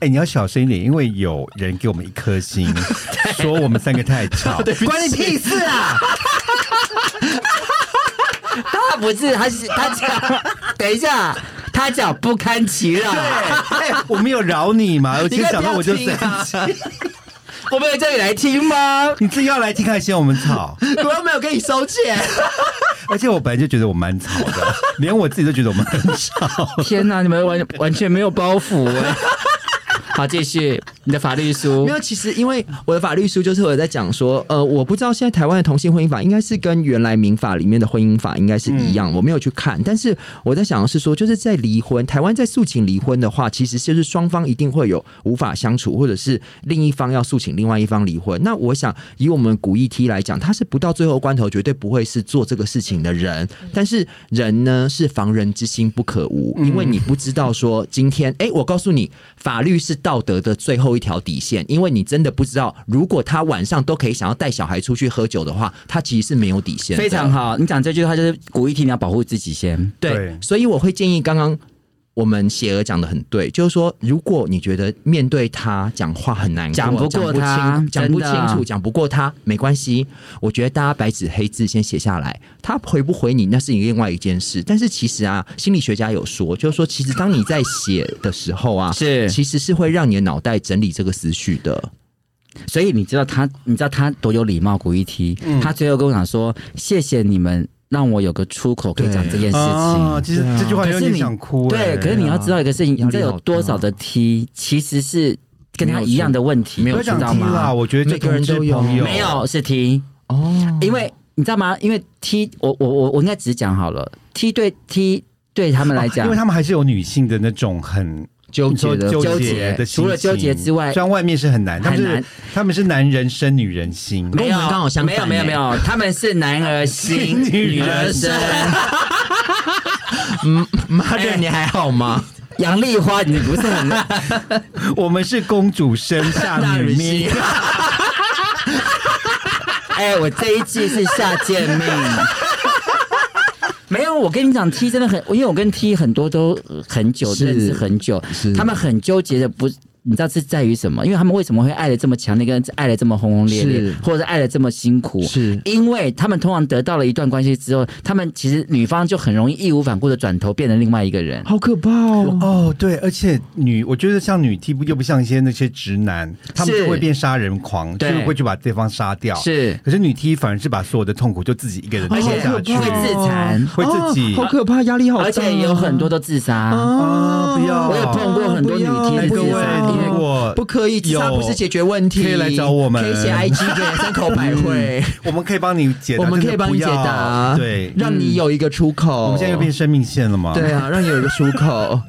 Speaker 1: 哎，你要小声一点，因为有人给我们一颗星，说我们三个太吵。
Speaker 2: 关你屁事 啊！他不是，他是他讲，等一下，他讲不堪其扰。
Speaker 1: 哎，我没有饶你嘛，我今天
Speaker 2: 看
Speaker 1: 讲到我就生
Speaker 2: 不要听
Speaker 1: 气，
Speaker 2: 我们有叫你来听吗？
Speaker 1: 你自己要来听看，嫌我们吵。
Speaker 3: 我又没有跟你收钱，
Speaker 1: 而且我本来就觉得我蛮吵的，连我自己都觉得我们很吵。
Speaker 2: 天哪，你们完完全没有包袱哎、好，继续你的法律书
Speaker 3: 没。有。其实因为我的法律书就是我在讲说，呃，我不知道现在台湾的同性婚姻法应该是跟原来民法里面的婚姻法应该是一样，我没有去看，但是我在想的是说，就是在离婚，台湾在诉请离婚的话，其实就是双方一定会有无法相处，或者是另一方要诉请另外一方离婚。那我想以我们古议题来讲，他是不到最后关头绝对不会是做这个事情的人，但是人呢是防人之心不可无，
Speaker 2: 嗯
Speaker 3: 因为你不知道说今天，哎、我告诉你，法律是道德的最后一条底线，因为你真的不知道，如果他晚上都可以想要带小孩出去喝酒的话，他其实是没有底线的，
Speaker 2: 非常好，你讲这句话就是鼓一听，你要保护自己先。
Speaker 3: 对，
Speaker 1: 对
Speaker 3: 所以我会建议刚刚。我们邪儿讲的很对，就是说，如果你觉得面对他讲话很难过，
Speaker 2: 讲不过他
Speaker 3: 讲不清讲不
Speaker 2: 真的
Speaker 3: 清楚，讲不过他，没关系。我觉得大家白纸黑字先写下来，他回不回你那是另外一件事。但是其实啊，心理学家有说，就是说，其实当你在写的时候啊，
Speaker 2: 是
Speaker 3: 其实是会让你的脑袋整理这个思绪的。
Speaker 2: 所以你知道他，你知道他多有礼貌，古一提，
Speaker 1: 嗯
Speaker 2: 他最后跟我讲说：“谢谢你们，让我有个出口可以讲这件事情。
Speaker 1: 啊，其实
Speaker 3: 对啊
Speaker 1: 这句话
Speaker 2: 可
Speaker 1: 有
Speaker 2: 是
Speaker 1: 点
Speaker 2: 你
Speaker 1: 想哭、哎
Speaker 2: 对，可是你要知道一个事情，
Speaker 3: 对啊
Speaker 2: 你这有多少
Speaker 1: 嗯
Speaker 2: 的 T，其实是跟他一样的问题，
Speaker 3: 没
Speaker 1: 不要
Speaker 2: 知
Speaker 1: 讲
Speaker 2: 道
Speaker 1: T 啦，
Speaker 2: 吗？
Speaker 1: 我觉得这
Speaker 3: 每个人
Speaker 1: 同志
Speaker 3: 都有
Speaker 1: 朋友
Speaker 2: 没有是 T，
Speaker 3: 哦，
Speaker 2: 因为你知道吗？因为 T，我我我我应该只讲好了，T 对 T 对他们来讲
Speaker 1: 因为，他们还是有女性的那种很
Speaker 3: 纠
Speaker 1: 你说
Speaker 3: 结的
Speaker 1: 纠
Speaker 2: 纠
Speaker 1: 结
Speaker 2: 结
Speaker 1: 的心情
Speaker 2: 除了纠结之外
Speaker 1: 虽然外面是很难，他们
Speaker 2: 很
Speaker 1: 是
Speaker 2: 难
Speaker 1: 他们是男人生女人心，
Speaker 2: 没有
Speaker 3: 跟我们刚好相反
Speaker 2: 没有没有
Speaker 3: 欸
Speaker 2: 没有，他们是男儿心，
Speaker 1: 女
Speaker 2: 女
Speaker 1: 儿
Speaker 2: 儿
Speaker 1: 身
Speaker 2: 身。
Speaker 3: 妈的，你还好吗？
Speaker 2: 杨丽花，你不是很
Speaker 1: 我们是公主生下女命。
Speaker 2: 哎、我这一季是下贱命。 没有，我跟你讲，T 真的很，因为我跟 T 很多都呃很久
Speaker 3: 是
Speaker 2: 认识很久
Speaker 3: 是，
Speaker 2: 他们很纠结的不，你知道是在于什么？因为他们为什么会爱的这么强烈，跟爱的这么轰轰烈烈
Speaker 3: 是，
Speaker 2: 或者是爱的这么辛苦？
Speaker 3: 是
Speaker 2: 因为他们通常得到了一段关系之后，他们其实女方就很容易义无反顾的转头变成另外一个人。
Speaker 3: 好可怕哦！
Speaker 1: 哦，对，而且女，我觉得像女 T 不又不像一些那些直男，他们
Speaker 2: 是
Speaker 1: 就会变杀人狂，就
Speaker 2: 对
Speaker 1: 是会去把对方杀掉。，
Speaker 2: 是，
Speaker 1: 可是女 T 反而是把所有的痛苦就自己一个人
Speaker 3: 而且
Speaker 1: 吞下去，
Speaker 2: 会自残，
Speaker 1: 会自己
Speaker 3: 哦好可怕，压力好大，
Speaker 2: 哦而且有很多都自杀。
Speaker 1: 啊不要
Speaker 2: 我有碰过很多女 T
Speaker 1: 哎
Speaker 2: 的
Speaker 1: 各
Speaker 2: 自
Speaker 1: 位，
Speaker 2: 杀，因为
Speaker 1: 如果
Speaker 3: 不可以，自杀
Speaker 1: 有
Speaker 3: 不是解决问题，
Speaker 1: 可以来找我们
Speaker 3: 可以写 IG 给山口百惠，
Speaker 1: 我们可以帮你解答，
Speaker 3: 我们
Speaker 1: 真的
Speaker 3: 可以帮
Speaker 1: 不
Speaker 3: 你解
Speaker 1: 要啊
Speaker 3: 答，
Speaker 1: 对，
Speaker 3: 让你有一个出口。
Speaker 1: 我们现在又变生命线了嘛？
Speaker 3: 对啊，让你有一个出 口，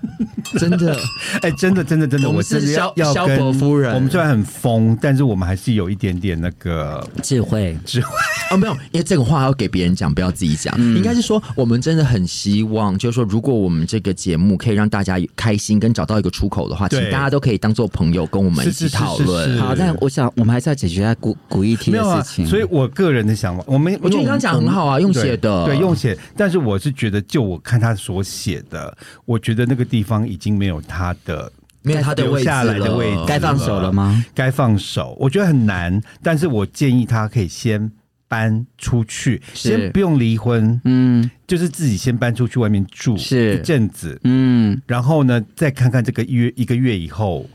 Speaker 3: 真的。
Speaker 1: 哎，真的，真的，真的，
Speaker 3: 我们
Speaker 1: 真的
Speaker 3: 是
Speaker 1: 要
Speaker 3: 萧
Speaker 1: 要
Speaker 3: 萧
Speaker 1: 跟
Speaker 3: 伯夫人
Speaker 1: 我们虽然很疯，但是我们还是有一点点那个
Speaker 2: 智慧。
Speaker 1: 智慧。
Speaker 3: 哦，没有，因为这个话要给别人讲，不要自己讲。
Speaker 1: 嗯
Speaker 3: 应该是说，我们真的很希望，就是说，如果我们这个节目可以让大家开心跟找到一个出口的话，
Speaker 1: 对
Speaker 3: 请大家都可以当做朋友跟我们一
Speaker 1: 是是
Speaker 3: 起
Speaker 1: 是
Speaker 3: 讨
Speaker 1: 是是
Speaker 3: 论。
Speaker 1: 对
Speaker 2: 好，但我想我们还是要解决一下古古议题
Speaker 1: 没
Speaker 2: 的
Speaker 1: 有啊，
Speaker 2: 事情。
Speaker 1: 所以我个人的想法，我们
Speaker 3: 我觉得你刚刚讲很好啊，用写的，
Speaker 1: 对用写，但是我是觉得，就我看他所写的，我觉得那个地方已经没有他的
Speaker 3: 没有他的
Speaker 1: 留
Speaker 3: 位置
Speaker 1: 下来的
Speaker 3: 了
Speaker 1: 位置，
Speaker 2: 该放手了吗？
Speaker 1: 该放手，我觉得很难，但是我建议他可以先搬出去，
Speaker 2: 是
Speaker 1: 先不用离婚，
Speaker 2: 嗯
Speaker 1: 就是自己先搬出去外面住
Speaker 2: 是
Speaker 1: 一阵子，
Speaker 2: 嗯，
Speaker 1: 然后呢，再看看这个月一个月以后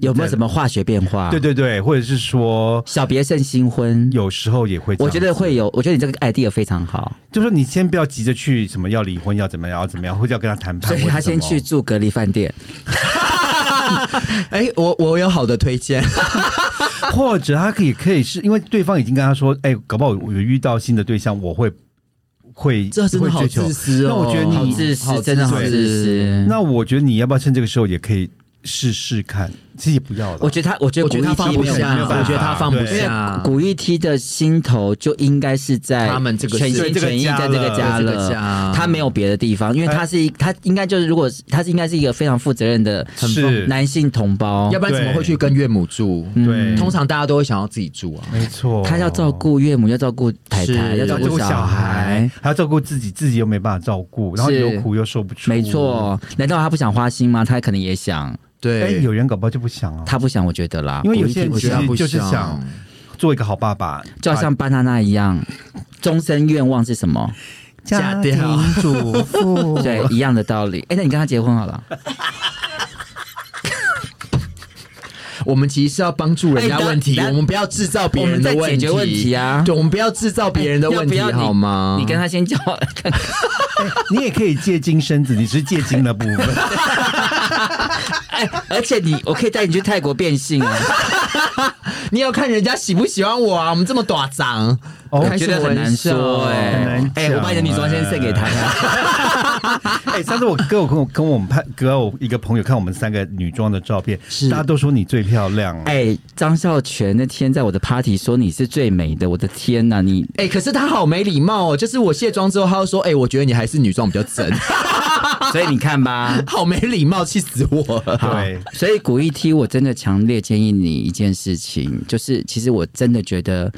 Speaker 2: 有没有什么化学变
Speaker 3: 啊
Speaker 2: 化？
Speaker 1: 对对对，或者是说
Speaker 2: 小别胜新婚，
Speaker 1: 有时候也会这
Speaker 2: 我
Speaker 1: 样，
Speaker 2: 觉得会有，我觉得你这个 idea 非常好，
Speaker 1: 就是说你先不要急着去什么要离婚要怎么样要怎么样，或者要跟他谈判
Speaker 2: 所
Speaker 1: 或者
Speaker 2: 以
Speaker 1: 什么，
Speaker 2: 他先去住隔离饭店，
Speaker 3: 哎、我我有好的推 荐，
Speaker 1: 或者他可以可以是因为对方已经跟他说，哎、搞不好我有遇到新的对象，我会会
Speaker 3: 这真的
Speaker 1: 会
Speaker 3: 好
Speaker 1: 追求
Speaker 3: 自。私哦。
Speaker 1: 那我觉得你
Speaker 2: 好自私，真的好自私。
Speaker 1: 那我觉得你要不要趁这个时候也可以试试看？其实也不要了，
Speaker 2: 我觉得他，我觉得
Speaker 3: 我觉
Speaker 2: 古
Speaker 3: 得他
Speaker 2: 力
Speaker 3: 放
Speaker 2: 踢
Speaker 3: 不
Speaker 2: 没有
Speaker 3: 下，
Speaker 1: 没有办法
Speaker 3: 我觉得他放不
Speaker 1: 对
Speaker 3: 下。
Speaker 2: 古玉梯的心头就应该是在
Speaker 3: 他们这个
Speaker 2: 全
Speaker 3: 世
Speaker 2: 心全意在这个家
Speaker 3: 对这个
Speaker 2: 了
Speaker 3: 家，
Speaker 2: 他没有别的地方，因为他是一，他应该就是如果是他是应该是一个非常负责任的
Speaker 1: 很是
Speaker 2: 男性同胞
Speaker 3: 要，不然怎么会去跟岳母住？
Speaker 1: 对，
Speaker 3: 通常大家都会想要自己住啊。
Speaker 1: 没错，
Speaker 2: 嗯他要照顾岳母，要照顾太太，
Speaker 3: 是
Speaker 2: 要
Speaker 1: 哦要
Speaker 2: 照
Speaker 1: 照
Speaker 2: 顾
Speaker 1: 顾
Speaker 2: 小
Speaker 1: 小
Speaker 2: 孩
Speaker 1: 孩，，还要照顾自己，自己又没办法照顾，然后
Speaker 2: 是
Speaker 1: 有苦又说不出，
Speaker 2: 没。错。难道他不想花心吗？他可能也想，
Speaker 1: 哎、
Speaker 3: 对，
Speaker 1: 有人搞不好就不想哦，
Speaker 2: 他不想，我觉得啦，
Speaker 1: 因为有
Speaker 2: 古玉
Speaker 1: 些
Speaker 2: 梯
Speaker 1: 人
Speaker 2: 不
Speaker 1: 其
Speaker 2: 想
Speaker 1: 实
Speaker 3: 不
Speaker 1: 就是
Speaker 3: 想
Speaker 1: 想做一个好爸爸，
Speaker 2: 就好像巴娜娜一样，终身愿望是什么？
Speaker 1: 家
Speaker 3: 嫁
Speaker 1: 庭
Speaker 3: 掉
Speaker 1: 主妇，
Speaker 2: 对，一样的道理。哎，那你跟他结婚好了。
Speaker 3: 我们其实是要帮助人家问题，
Speaker 2: 哎等下
Speaker 3: 我们不要制造别人的
Speaker 2: 我们在
Speaker 3: 问题，
Speaker 2: 解决问题啊哎
Speaker 3: 对，我们不要制造别人的问题，
Speaker 2: 要不要你
Speaker 3: 好吗？
Speaker 1: 嗯
Speaker 2: 你跟他先交 往，
Speaker 1: 你也可以借精生子，你只是借精的部 分。
Speaker 2: 哎，而且你，我可以带你去泰国变性 啊！
Speaker 3: 你要看人家喜不喜欢我啊？我们这么短长，
Speaker 1: 哦
Speaker 2: 我觉得很难说哎、
Speaker 1: 很难
Speaker 2: 哎、
Speaker 1: 讲啊
Speaker 2: 我把你的女装先送给他，
Speaker 1: 哎、上次我跟我跟我跟我们拍跟我一个朋友看我们三个女装的照片，大家都说你最漂亮。哎、
Speaker 2: 哎、张孝全那天在我的 party 说你是最美的，我的天呐、你
Speaker 3: 哎、可是他好没礼貌哦。就是我卸妆之后，他又说：“哎、我觉得你还是女装比较正。。
Speaker 2: 所以你看吧”
Speaker 3: 好没礼貌，气死我了！
Speaker 1: 对，
Speaker 2: 所以古一梯，我真的强烈建议你一件事情，就是其实我真的觉得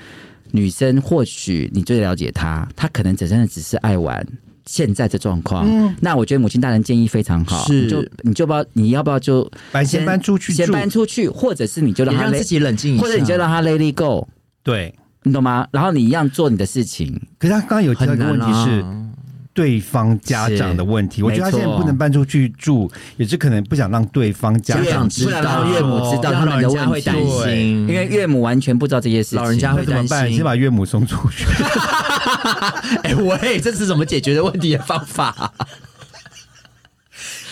Speaker 2: 女生或许你最了解她，她可能只真的只是爱玩。现在这状况，那我觉得母亲大人建议非常好，
Speaker 3: 是
Speaker 2: 你就你就不要你要不要就
Speaker 1: 搬先搬出去
Speaker 2: 先
Speaker 1: 住
Speaker 2: 搬出去，或者是你就让
Speaker 3: 也
Speaker 2: 她
Speaker 3: 让
Speaker 2: let-
Speaker 3: 自己冷静一下，
Speaker 2: 或者你就让他 let it go，
Speaker 1: 对。
Speaker 2: 你懂吗？然后你一样做你的事情，
Speaker 1: 可是他刚刚有提到一
Speaker 3: 很
Speaker 1: 个问
Speaker 3: 难
Speaker 1: 题是。
Speaker 3: 啊。
Speaker 1: 对方家长的问题，
Speaker 2: 是
Speaker 1: 我觉得他
Speaker 2: 没错
Speaker 1: 现在不能搬出去住，也是可能不想让对方家
Speaker 3: 不
Speaker 1: 长
Speaker 3: 想
Speaker 1: 知
Speaker 3: 知
Speaker 2: 不然让
Speaker 1: 道。
Speaker 2: 岳母知道他们的
Speaker 3: 让老
Speaker 2: 问
Speaker 3: 人
Speaker 2: 题
Speaker 3: 家会担，心
Speaker 2: 因为岳母完全不知道这些事情。
Speaker 3: 嗯老人家
Speaker 1: 那怎么办？先把岳母送出去。
Speaker 3: 哎、喂，这是怎么解决的问题的方法、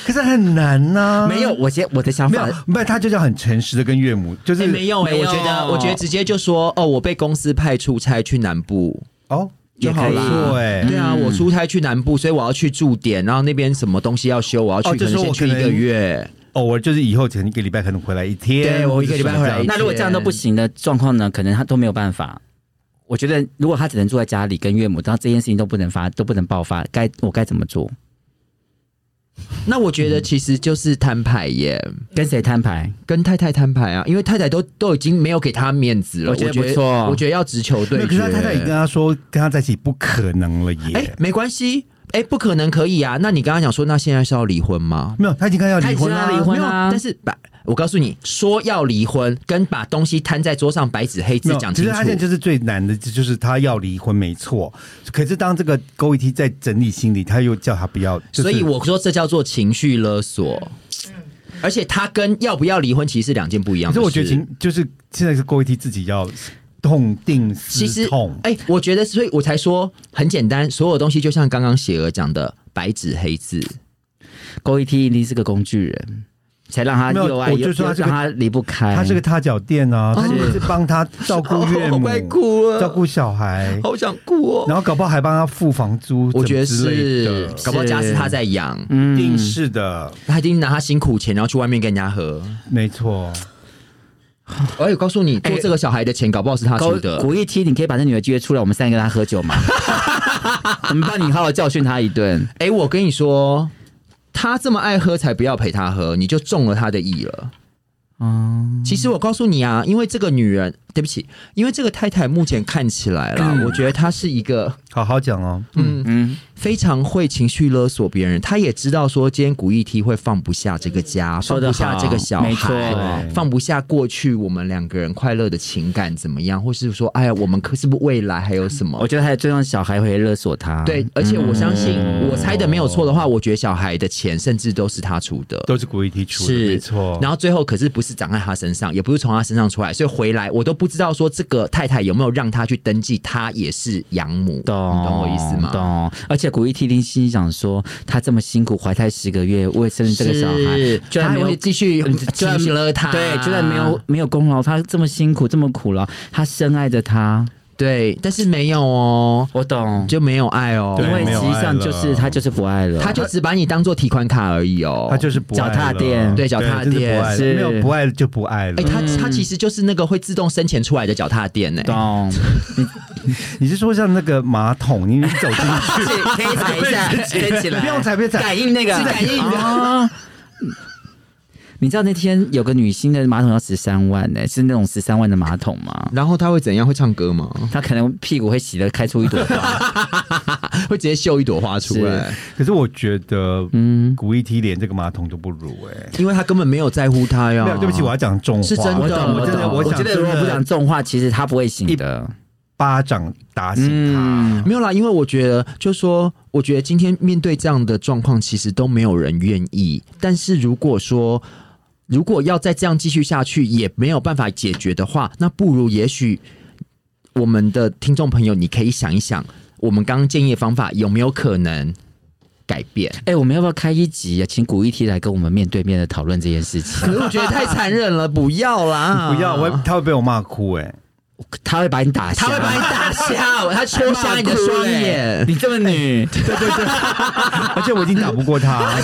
Speaker 1: 可是很难呐、
Speaker 2: 没有，我先我的想
Speaker 1: 没
Speaker 2: 法
Speaker 1: 有，没有，他就是要很诚实的跟岳母，就是、
Speaker 3: 哎没有哎、
Speaker 2: 没有
Speaker 3: 我觉得我觉得直接就说哦，我被公司派出差去南部。
Speaker 1: 哦，
Speaker 2: 也
Speaker 3: 就
Speaker 2: 可
Speaker 3: 好
Speaker 2: 以
Speaker 3: 啦，
Speaker 1: 对
Speaker 3: 对啊，我出差去南部，所以我要去驻点，然后那边什么东西要修，我要去，
Speaker 1: 哦就
Speaker 3: 可
Speaker 1: 是
Speaker 3: 能
Speaker 1: 我
Speaker 3: 先去一
Speaker 1: 可能
Speaker 3: 个月。
Speaker 1: 偶尔哦就是以后可能一个礼拜可能回来一天，
Speaker 3: 对我一个礼拜回来一
Speaker 2: 哦那如果这样都不行的状况呢，可能他都没有办法。我觉得，如果他只能住在家里跟岳母，然后这件事情都不能发，都不能爆发，该我该怎么做？
Speaker 3: 那我觉得其实就是摊牌耶，
Speaker 2: 跟谁摊牌？
Speaker 3: 跟太太摊牌啊，因为太太都都已经没有给他面子了。
Speaker 2: 我
Speaker 3: 我
Speaker 2: 觉得不
Speaker 3: 得
Speaker 2: 错
Speaker 3: 我觉得要直球
Speaker 1: 没
Speaker 3: 对
Speaker 1: 有
Speaker 3: 决。
Speaker 1: 可是他太太也跟他说，跟他在一起不可能了耶。
Speaker 3: 哎、没关系，哎、不可能可以啊。那你刚刚讲说，那现在是要离婚吗？
Speaker 1: 没有，他已经跟他要离婚
Speaker 2: 他已经跟他离
Speaker 1: 了。
Speaker 2: 婚
Speaker 3: 啊没有，
Speaker 2: 啊
Speaker 3: 但是把我告诉你说要离婚，跟把东西摊在桌上白纸黑
Speaker 1: 没
Speaker 3: 字
Speaker 1: 有，
Speaker 3: 讲
Speaker 1: 其
Speaker 3: 清
Speaker 1: 实
Speaker 3: 楚
Speaker 1: 他。现在就是最难的，就是他要离婚，没错。可是当这个勾一梯在整理心理，他又叫他不要，就是
Speaker 3: 所以我说这叫做情绪勒索。而且他跟要不要离婚其实是两件不一样
Speaker 1: 可
Speaker 3: 的事。
Speaker 1: 是我觉得情就是现在是勾一梯自己要痛定
Speaker 3: 其
Speaker 1: 思
Speaker 3: 实
Speaker 1: 痛，，
Speaker 3: 哎、我觉得，所以我才说很简单，所有东西就像刚刚雪儿讲的，白纸黑字。
Speaker 2: 勾一梯一定是个工具人，才让他
Speaker 1: 没有
Speaker 2: 又爱
Speaker 1: 我就
Speaker 2: 又
Speaker 1: 说他
Speaker 2: 又
Speaker 1: 是个
Speaker 2: 让他离不开。
Speaker 1: 他是个踏脚垫啊，他就是帮他照顾岳母，
Speaker 3: 哎哦 好快哭啊
Speaker 1: 照顾小孩，
Speaker 3: 好想哭哦。
Speaker 1: 然后搞不好还帮他付房租，
Speaker 3: 我觉得
Speaker 1: 什么之类
Speaker 3: 是
Speaker 1: 的，
Speaker 3: 搞不好家是他在养，
Speaker 1: 一定
Speaker 2: 嗯，
Speaker 1: 是的，
Speaker 3: 他一定拿他辛苦钱，然后去外面跟人家喝。
Speaker 1: 没错。
Speaker 3: 而且我告诉你，
Speaker 1: 哎
Speaker 3: 做这个小孩的钱，搞不好是他
Speaker 2: 高
Speaker 3: 出的。
Speaker 2: 古一梯，你可以把这女儿约出来，我们三个跟她喝酒 嘛。我们帮你好好教训她一顿。
Speaker 3: 哎、我跟你说，哦他这么爱喝，才不要陪他喝，你就中了他的意了。
Speaker 2: 嗯，
Speaker 3: 其实我告诉你啊，因为这个女人，对不起，因为这个太太目前看起来啦，我觉得她是一个
Speaker 1: 好好讲哦，
Speaker 3: 嗯
Speaker 2: 嗯，
Speaker 3: 非常会情绪勒索别人，她也知道说今天古一梯会放不下这个家，
Speaker 2: 嗯说
Speaker 3: 放
Speaker 2: 得
Speaker 3: 不下
Speaker 2: 好
Speaker 3: 这个小
Speaker 2: 没错
Speaker 3: 孩，放不下过去我们两个人快乐的情感怎么样，或是说哎呀，我们可是不是未来还有什么
Speaker 2: 我？觉得还有最让小孩会勒索他，
Speaker 3: 对，而且我相信，
Speaker 1: 嗯
Speaker 3: 我猜的没有错的话，我觉得小孩的钱甚至都是他出的，
Speaker 1: 都是古一提出的，
Speaker 3: 是
Speaker 1: 没错。
Speaker 3: 然后最后可是不是长在他身上，也不是从他身上出来，所以回来我都不知道说这个太太有没有让他去登记，他也是养母，
Speaker 2: 懂
Speaker 3: 你懂我意思吗？
Speaker 2: 懂。而且古一听听心里想说，他这么辛苦怀胎十个月，为生这个小孩
Speaker 3: 是，
Speaker 2: 居然没
Speaker 3: 他
Speaker 2: 有
Speaker 3: 会继续
Speaker 2: 嗯居然
Speaker 3: 情绪勒他，
Speaker 2: 对，居然没
Speaker 1: 啊
Speaker 2: 有没有功劳，他这么辛苦这么苦劳，他深爱着他，
Speaker 3: 对，但是没有哦，
Speaker 2: 我懂，
Speaker 3: 就没有爱哦，
Speaker 1: 对
Speaker 2: 因为
Speaker 1: 没有
Speaker 2: 实际
Speaker 1: 爱
Speaker 2: 上
Speaker 1: 了
Speaker 2: 就是他就是不爱了，
Speaker 3: 他就只把你当做提款卡而已哦，
Speaker 1: 他就是不爱了
Speaker 2: 脚踏垫
Speaker 3: 对脚踏垫
Speaker 1: 真的不爱了
Speaker 2: 是
Speaker 1: 没有不爱就不爱了
Speaker 3: 哎、。他他其实就是那个会自动生钱出来的脚踏垫欸呢、
Speaker 2: 懂。
Speaker 1: 你是说像那个马桶，你走进 去
Speaker 2: 可以踩一下，捡起来，
Speaker 1: 不用踩不用踩
Speaker 2: 感应那个，
Speaker 1: 是感应的
Speaker 2: 啊。 你知道那天有个女星的马桶要十三万呢、是那种十三万的马桶吗？
Speaker 3: 然后他会怎样？会唱歌吗？
Speaker 2: 她可能屁股会洗得开出一朵花，
Speaker 3: 会直接秀一朵花出来？
Speaker 1: 可是我觉得，嗯，古一提连这个马桶都不如哎。
Speaker 3: 因为他根本没有在乎他呀。
Speaker 1: 没有，对不起，我要讲重话。
Speaker 3: 哦是真的
Speaker 1: 我
Speaker 3: 懂
Speaker 1: 我真的，
Speaker 3: 懂
Speaker 2: 我
Speaker 1: 想
Speaker 2: 觉得如果不讲重话，其实她不会醒的。
Speaker 1: 巴掌打醒他。
Speaker 2: 嗯，
Speaker 3: 没有啦，因为我觉得，就说，我觉得今天面对这样的状况，其实都没有人愿意。但是如果说，如果要再这样继续下去，也没有办法解决的话，那不如也许我们的听众朋友，你可以想一想，我们刚刚建议的方法有没有可能改变？
Speaker 2: 哎、我们要不要开一集啊？请古一提来跟我们面对面的讨论这件事情
Speaker 3: 可。是我觉得太残忍了， 不要啦，
Speaker 1: 不要，我会他会被我骂哭哎。
Speaker 2: 他会把你打瞎，
Speaker 3: 他会把你打瞎，他戳瞎你的
Speaker 2: 骂哭
Speaker 3: 双
Speaker 2: 欸
Speaker 3: 眼。
Speaker 2: 你这么女，
Speaker 1: 而且我已经打不过他，
Speaker 2: 哎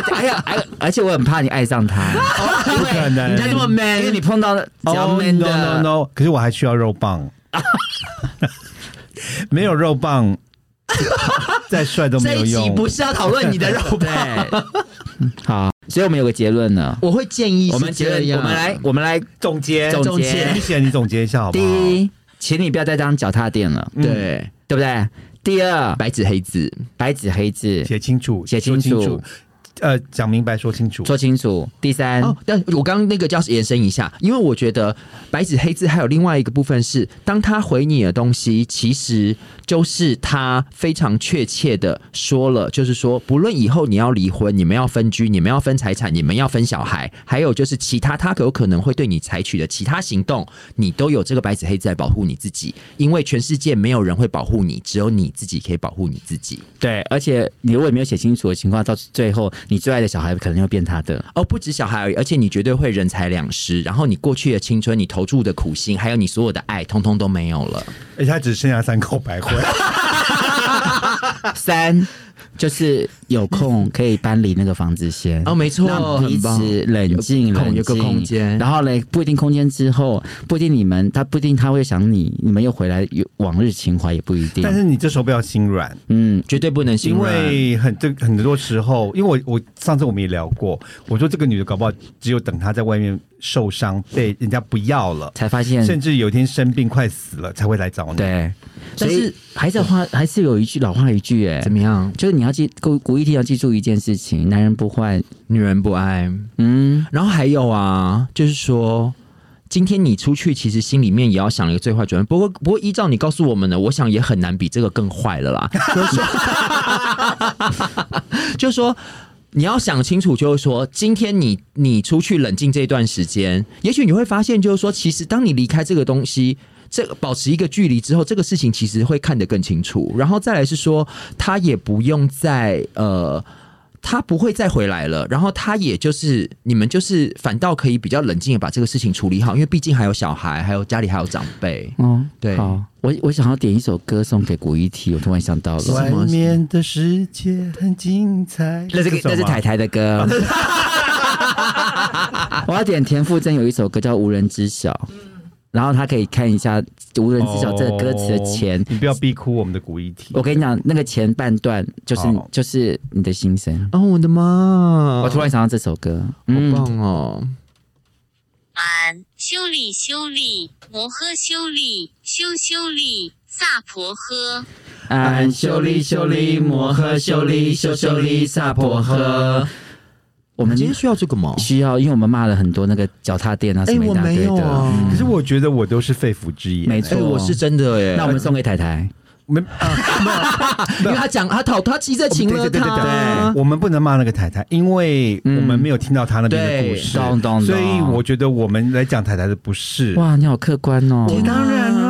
Speaker 2: 还有还有，哎而且我很怕你爱上他。
Speaker 3: 哦
Speaker 1: 不可能。
Speaker 3: 人家这么 man，
Speaker 2: 因为你碰到了
Speaker 3: 哦
Speaker 2: 比较
Speaker 1: Oh,
Speaker 2: man
Speaker 1: no, no,
Speaker 2: 的，
Speaker 1: no！可是我还需要肉棒， 没有肉 棒，再帅都没
Speaker 3: 这
Speaker 1: 有
Speaker 3: 一集
Speaker 1: 用。
Speaker 3: 不是要讨论你的肉包。
Speaker 2: 好，所以我们有个结论了。
Speaker 3: 我会建议是
Speaker 2: 我们结
Speaker 3: 这
Speaker 2: 论，
Speaker 3: 样
Speaker 2: 我们来，我们来，
Speaker 1: 总结
Speaker 2: 总结
Speaker 1: 一贤，你总结一下好不
Speaker 2: 第
Speaker 1: 好？
Speaker 2: 一，请你不要再当脚踏垫了，
Speaker 3: 对啊
Speaker 2: 对不对？第二，
Speaker 3: 白纸黑字，
Speaker 2: 白纸黑字
Speaker 1: 写清楚，
Speaker 2: 写清
Speaker 1: 说
Speaker 2: 楚
Speaker 1: 清楚，呃，讲明白，说清楚。
Speaker 2: 说清楚。第三，
Speaker 3: 哦，但我刚刚那个叫延伸一下，因为我觉得白纸黑字还有另外一个部分是，当他回你的东西，其实就是他非常确切的说了，就是说，不论以后你要离婚，你们要分居，你们要分财产，你们要分小孩，还有就是其他他有可能会对你采取的其他行动，你都有这个白纸黑字来保护你自己，因为全世界没有人会保护你，只有你自己可以保护你自己。
Speaker 2: 对，而且你如果没有写清楚的情况，到最后你最爱的小孩可能会变他的。
Speaker 3: 哦，不止小孩而已，而且你绝对会人财两失，然后你过去的青春，你投注的苦心，还有你所有的爱，通通都没有了。
Speaker 1: 而且他只剩下三口白 灰，
Speaker 2: 三，就是有空可以搬离那个房子先。
Speaker 3: 哦，没错，
Speaker 2: 让彼
Speaker 3: 很棒
Speaker 2: 此冷静，
Speaker 3: 有
Speaker 2: 冷静
Speaker 3: 有个空间
Speaker 2: 然后嘞，不一定空间之后，不一定你们，他不一定他会想你，你们又回来有往日情怀也不一定。
Speaker 1: 但是你这时候不要心软，
Speaker 2: 嗯，
Speaker 3: 绝对不能心
Speaker 1: 因
Speaker 3: 软。
Speaker 1: 为很这很多时候，因为我我上次我们也聊过，我说这个女的搞不好只有等她在外面受伤被人家不要了，
Speaker 2: 才发现
Speaker 1: 甚至有一天生病快死了才会来找你。
Speaker 2: 对，
Speaker 3: 但
Speaker 2: 但
Speaker 3: 是嗯
Speaker 2: 是还是话还是有一句老话一句哎、
Speaker 3: 怎么样？
Speaker 2: 就是你要记古古一定要记住一件事情：男人不坏，
Speaker 3: 女人不爱。
Speaker 2: 嗯，
Speaker 3: 然后还有啊，就是说，今天你出去，其实心里面也要想一个最坏准备。不过，不过依照你告诉我们的，我想也很难比这个更坏了啦。 就是说，就是说你要想清楚，就是说，今天你你出去冷静这段时间，也许你会发现，就是说，其实当你离开这个东西。这个保持一个距离之后，这个事情其实会看得更清楚。然后再来是说，他也不用再呃他不会再回来了，然后他也就是你们就是反倒可以比较冷静的把这个事情处理好，因为毕竟还有小孩，还有家里还有长辈。
Speaker 2: 哦，
Speaker 3: 对
Speaker 2: 好，我我想要点一首歌送给古一提，我突然想到了，
Speaker 1: 外面的世界很精彩。
Speaker 2: 那是
Speaker 1: 这首
Speaker 2: 那是
Speaker 1: 吗
Speaker 2: 台台的歌。我要点田馥甄有一首歌叫《无人知晓》，然后他可以看一下《无人知晓》
Speaker 1: 哦
Speaker 2: 这个歌词的前。
Speaker 1: 哦你不要逼哭我们的古一体。
Speaker 2: 我跟你讲，那个前半段就是
Speaker 1: 好
Speaker 2: 就是你的心声。
Speaker 3: 哦，我的妈！哦
Speaker 2: 我突然想到这首歌，
Speaker 3: 好
Speaker 2: 嗯，
Speaker 3: 棒哦！
Speaker 4: 晚安，谢修理修理，摩诃修理，修修理，萨婆诃。
Speaker 2: 安修利修利摩诃修利修修利萨婆诃。
Speaker 1: 嗯
Speaker 2: 我
Speaker 3: 我
Speaker 2: 们
Speaker 3: 啊们今天需要这个吗？
Speaker 2: 需要，因为我们骂了很多那个脚踏垫
Speaker 3: 哎
Speaker 1: 哎
Speaker 2: 啊什么一大堆的。嗯
Speaker 1: 可是我觉得我都是肺腑之言，
Speaker 2: 没错
Speaker 3: 哎，我是真的耶。
Speaker 2: 那我们送给台台，
Speaker 1: 没啊，
Speaker 3: 因为他讲他讨他骑在情
Speaker 1: 对
Speaker 3: 了
Speaker 1: 哦对对对
Speaker 3: 他
Speaker 2: 啊
Speaker 1: 对，，我们不能骂那个太太，因为我们没有听到她那边的故事
Speaker 2: 嗯对，懂懂懂
Speaker 1: 所以我觉得我们来讲太太的不是。
Speaker 2: 哇，你好客观哦。
Speaker 3: 当然了。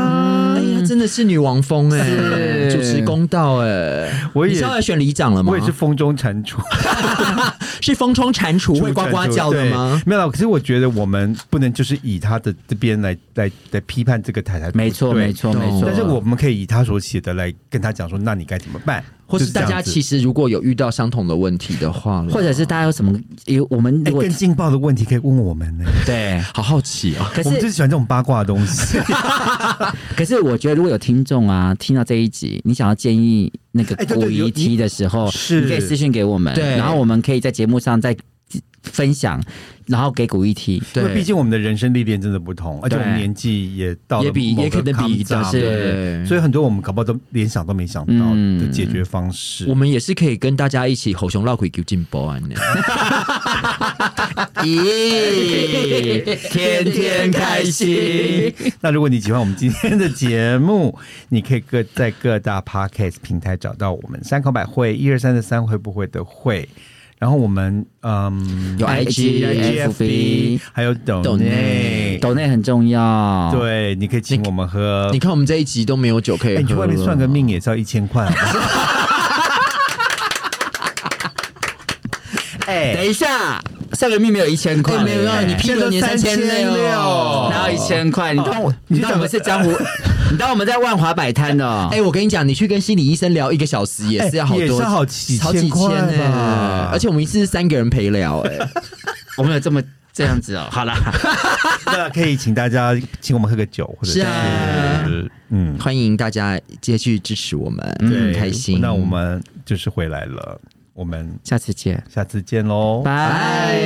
Speaker 3: 哎呀，真的是女王风哎，
Speaker 2: 是
Speaker 3: 主持公道哎。
Speaker 1: 我
Speaker 3: 你
Speaker 1: 也
Speaker 3: 是要来选里长了吗？
Speaker 1: 我也是风中蟾 蜍，
Speaker 3: 是风中 蟾蜍会呱呱叫的吗
Speaker 1: 对？没有啦，可是我觉得我们不能就是以他的这边来来来批判这个太太，
Speaker 2: 没错，
Speaker 1: 对
Speaker 2: 没错，
Speaker 3: 懂
Speaker 2: 没错。
Speaker 1: 但是我们可以以他所写的来跟他讲说，那你该怎么办，
Speaker 3: 或是大家
Speaker 1: 起
Speaker 3: 其实如果有遇到相同的问题的话啦，
Speaker 2: 或者是大家有什么，有我们
Speaker 1: 哎
Speaker 2: 如果
Speaker 1: 更劲爆的问题可以问我们呢、
Speaker 2: 对，
Speaker 3: 好好奇哦。
Speaker 2: 可
Speaker 1: 我们就是是喜欢这种八卦的东 西。
Speaker 2: 可是我觉得如果有听众啊，听到这一集，你想要建议那个
Speaker 1: 哎对对
Speaker 2: 古
Speaker 1: 有
Speaker 2: 遗体的时候，
Speaker 1: 是
Speaker 2: 你可以私信给我们，
Speaker 3: 对
Speaker 2: 然后我们可以在节目上再分享，然后给古遗体。
Speaker 1: 因为
Speaker 3: 对
Speaker 1: 毕竟我们的人生历练真的不同，而且我们
Speaker 2: 对
Speaker 1: 年纪也到了
Speaker 3: 也比
Speaker 1: 某
Speaker 3: 也
Speaker 1: 个
Speaker 3: 可能比
Speaker 1: comes up，
Speaker 3: 就是
Speaker 1: 对
Speaker 3: 对
Speaker 1: 所以很多我们搞不好都连想都没想到
Speaker 2: 嗯
Speaker 1: 的解决方式。
Speaker 3: 我们也是可以跟大家一起吼熊闹鬼求进啊保安的，
Speaker 2: 咦，天天开心。
Speaker 1: 那如果你喜欢我们今天的节目， 你可以各在各大 podcast 平台找到我们三口百会一二三的三会不会的会。然后我们嗯
Speaker 2: 有 IG FB
Speaker 1: 还有抖
Speaker 3: Donate
Speaker 1: 内，
Speaker 2: 抖内很重要，，
Speaker 1: 对，你可以请我们喝
Speaker 3: 你。看我们这一集都没有酒可以
Speaker 1: 哎，
Speaker 3: 喝
Speaker 1: 你去外面
Speaker 3: 了
Speaker 1: 算个命也是要一千块，啊好不好哎
Speaker 2: 等一下，上个月没有一千块
Speaker 3: 哎
Speaker 2: 嘞，
Speaker 3: 没有啊你
Speaker 1: 现在都
Speaker 3: 年3600
Speaker 2: 哪有一千块？
Speaker 1: 哦
Speaker 2: 你当我，你当我们是江湖， 你当我们在万华摆摊的哦？
Speaker 3: 哎、我跟你讲，你去跟心理医生聊一个小时也是要好多，
Speaker 1: 哎也是好几
Speaker 3: 好几
Speaker 1: 千块
Speaker 3: 千呢、
Speaker 1: 吧
Speaker 3: 而且我们一次是三个人陪聊、哎，
Speaker 2: 我们有这么这样子哦？好啦，
Speaker 1: 那可以请大家请我们喝个酒，或者
Speaker 3: 是啊
Speaker 1: 是嗯，
Speaker 3: 欢迎大家继续支持我们，
Speaker 1: 对
Speaker 3: 很开心。
Speaker 1: 那我们就是回来了，我们
Speaker 2: 下次见，
Speaker 1: 下次见喽，
Speaker 2: 拜。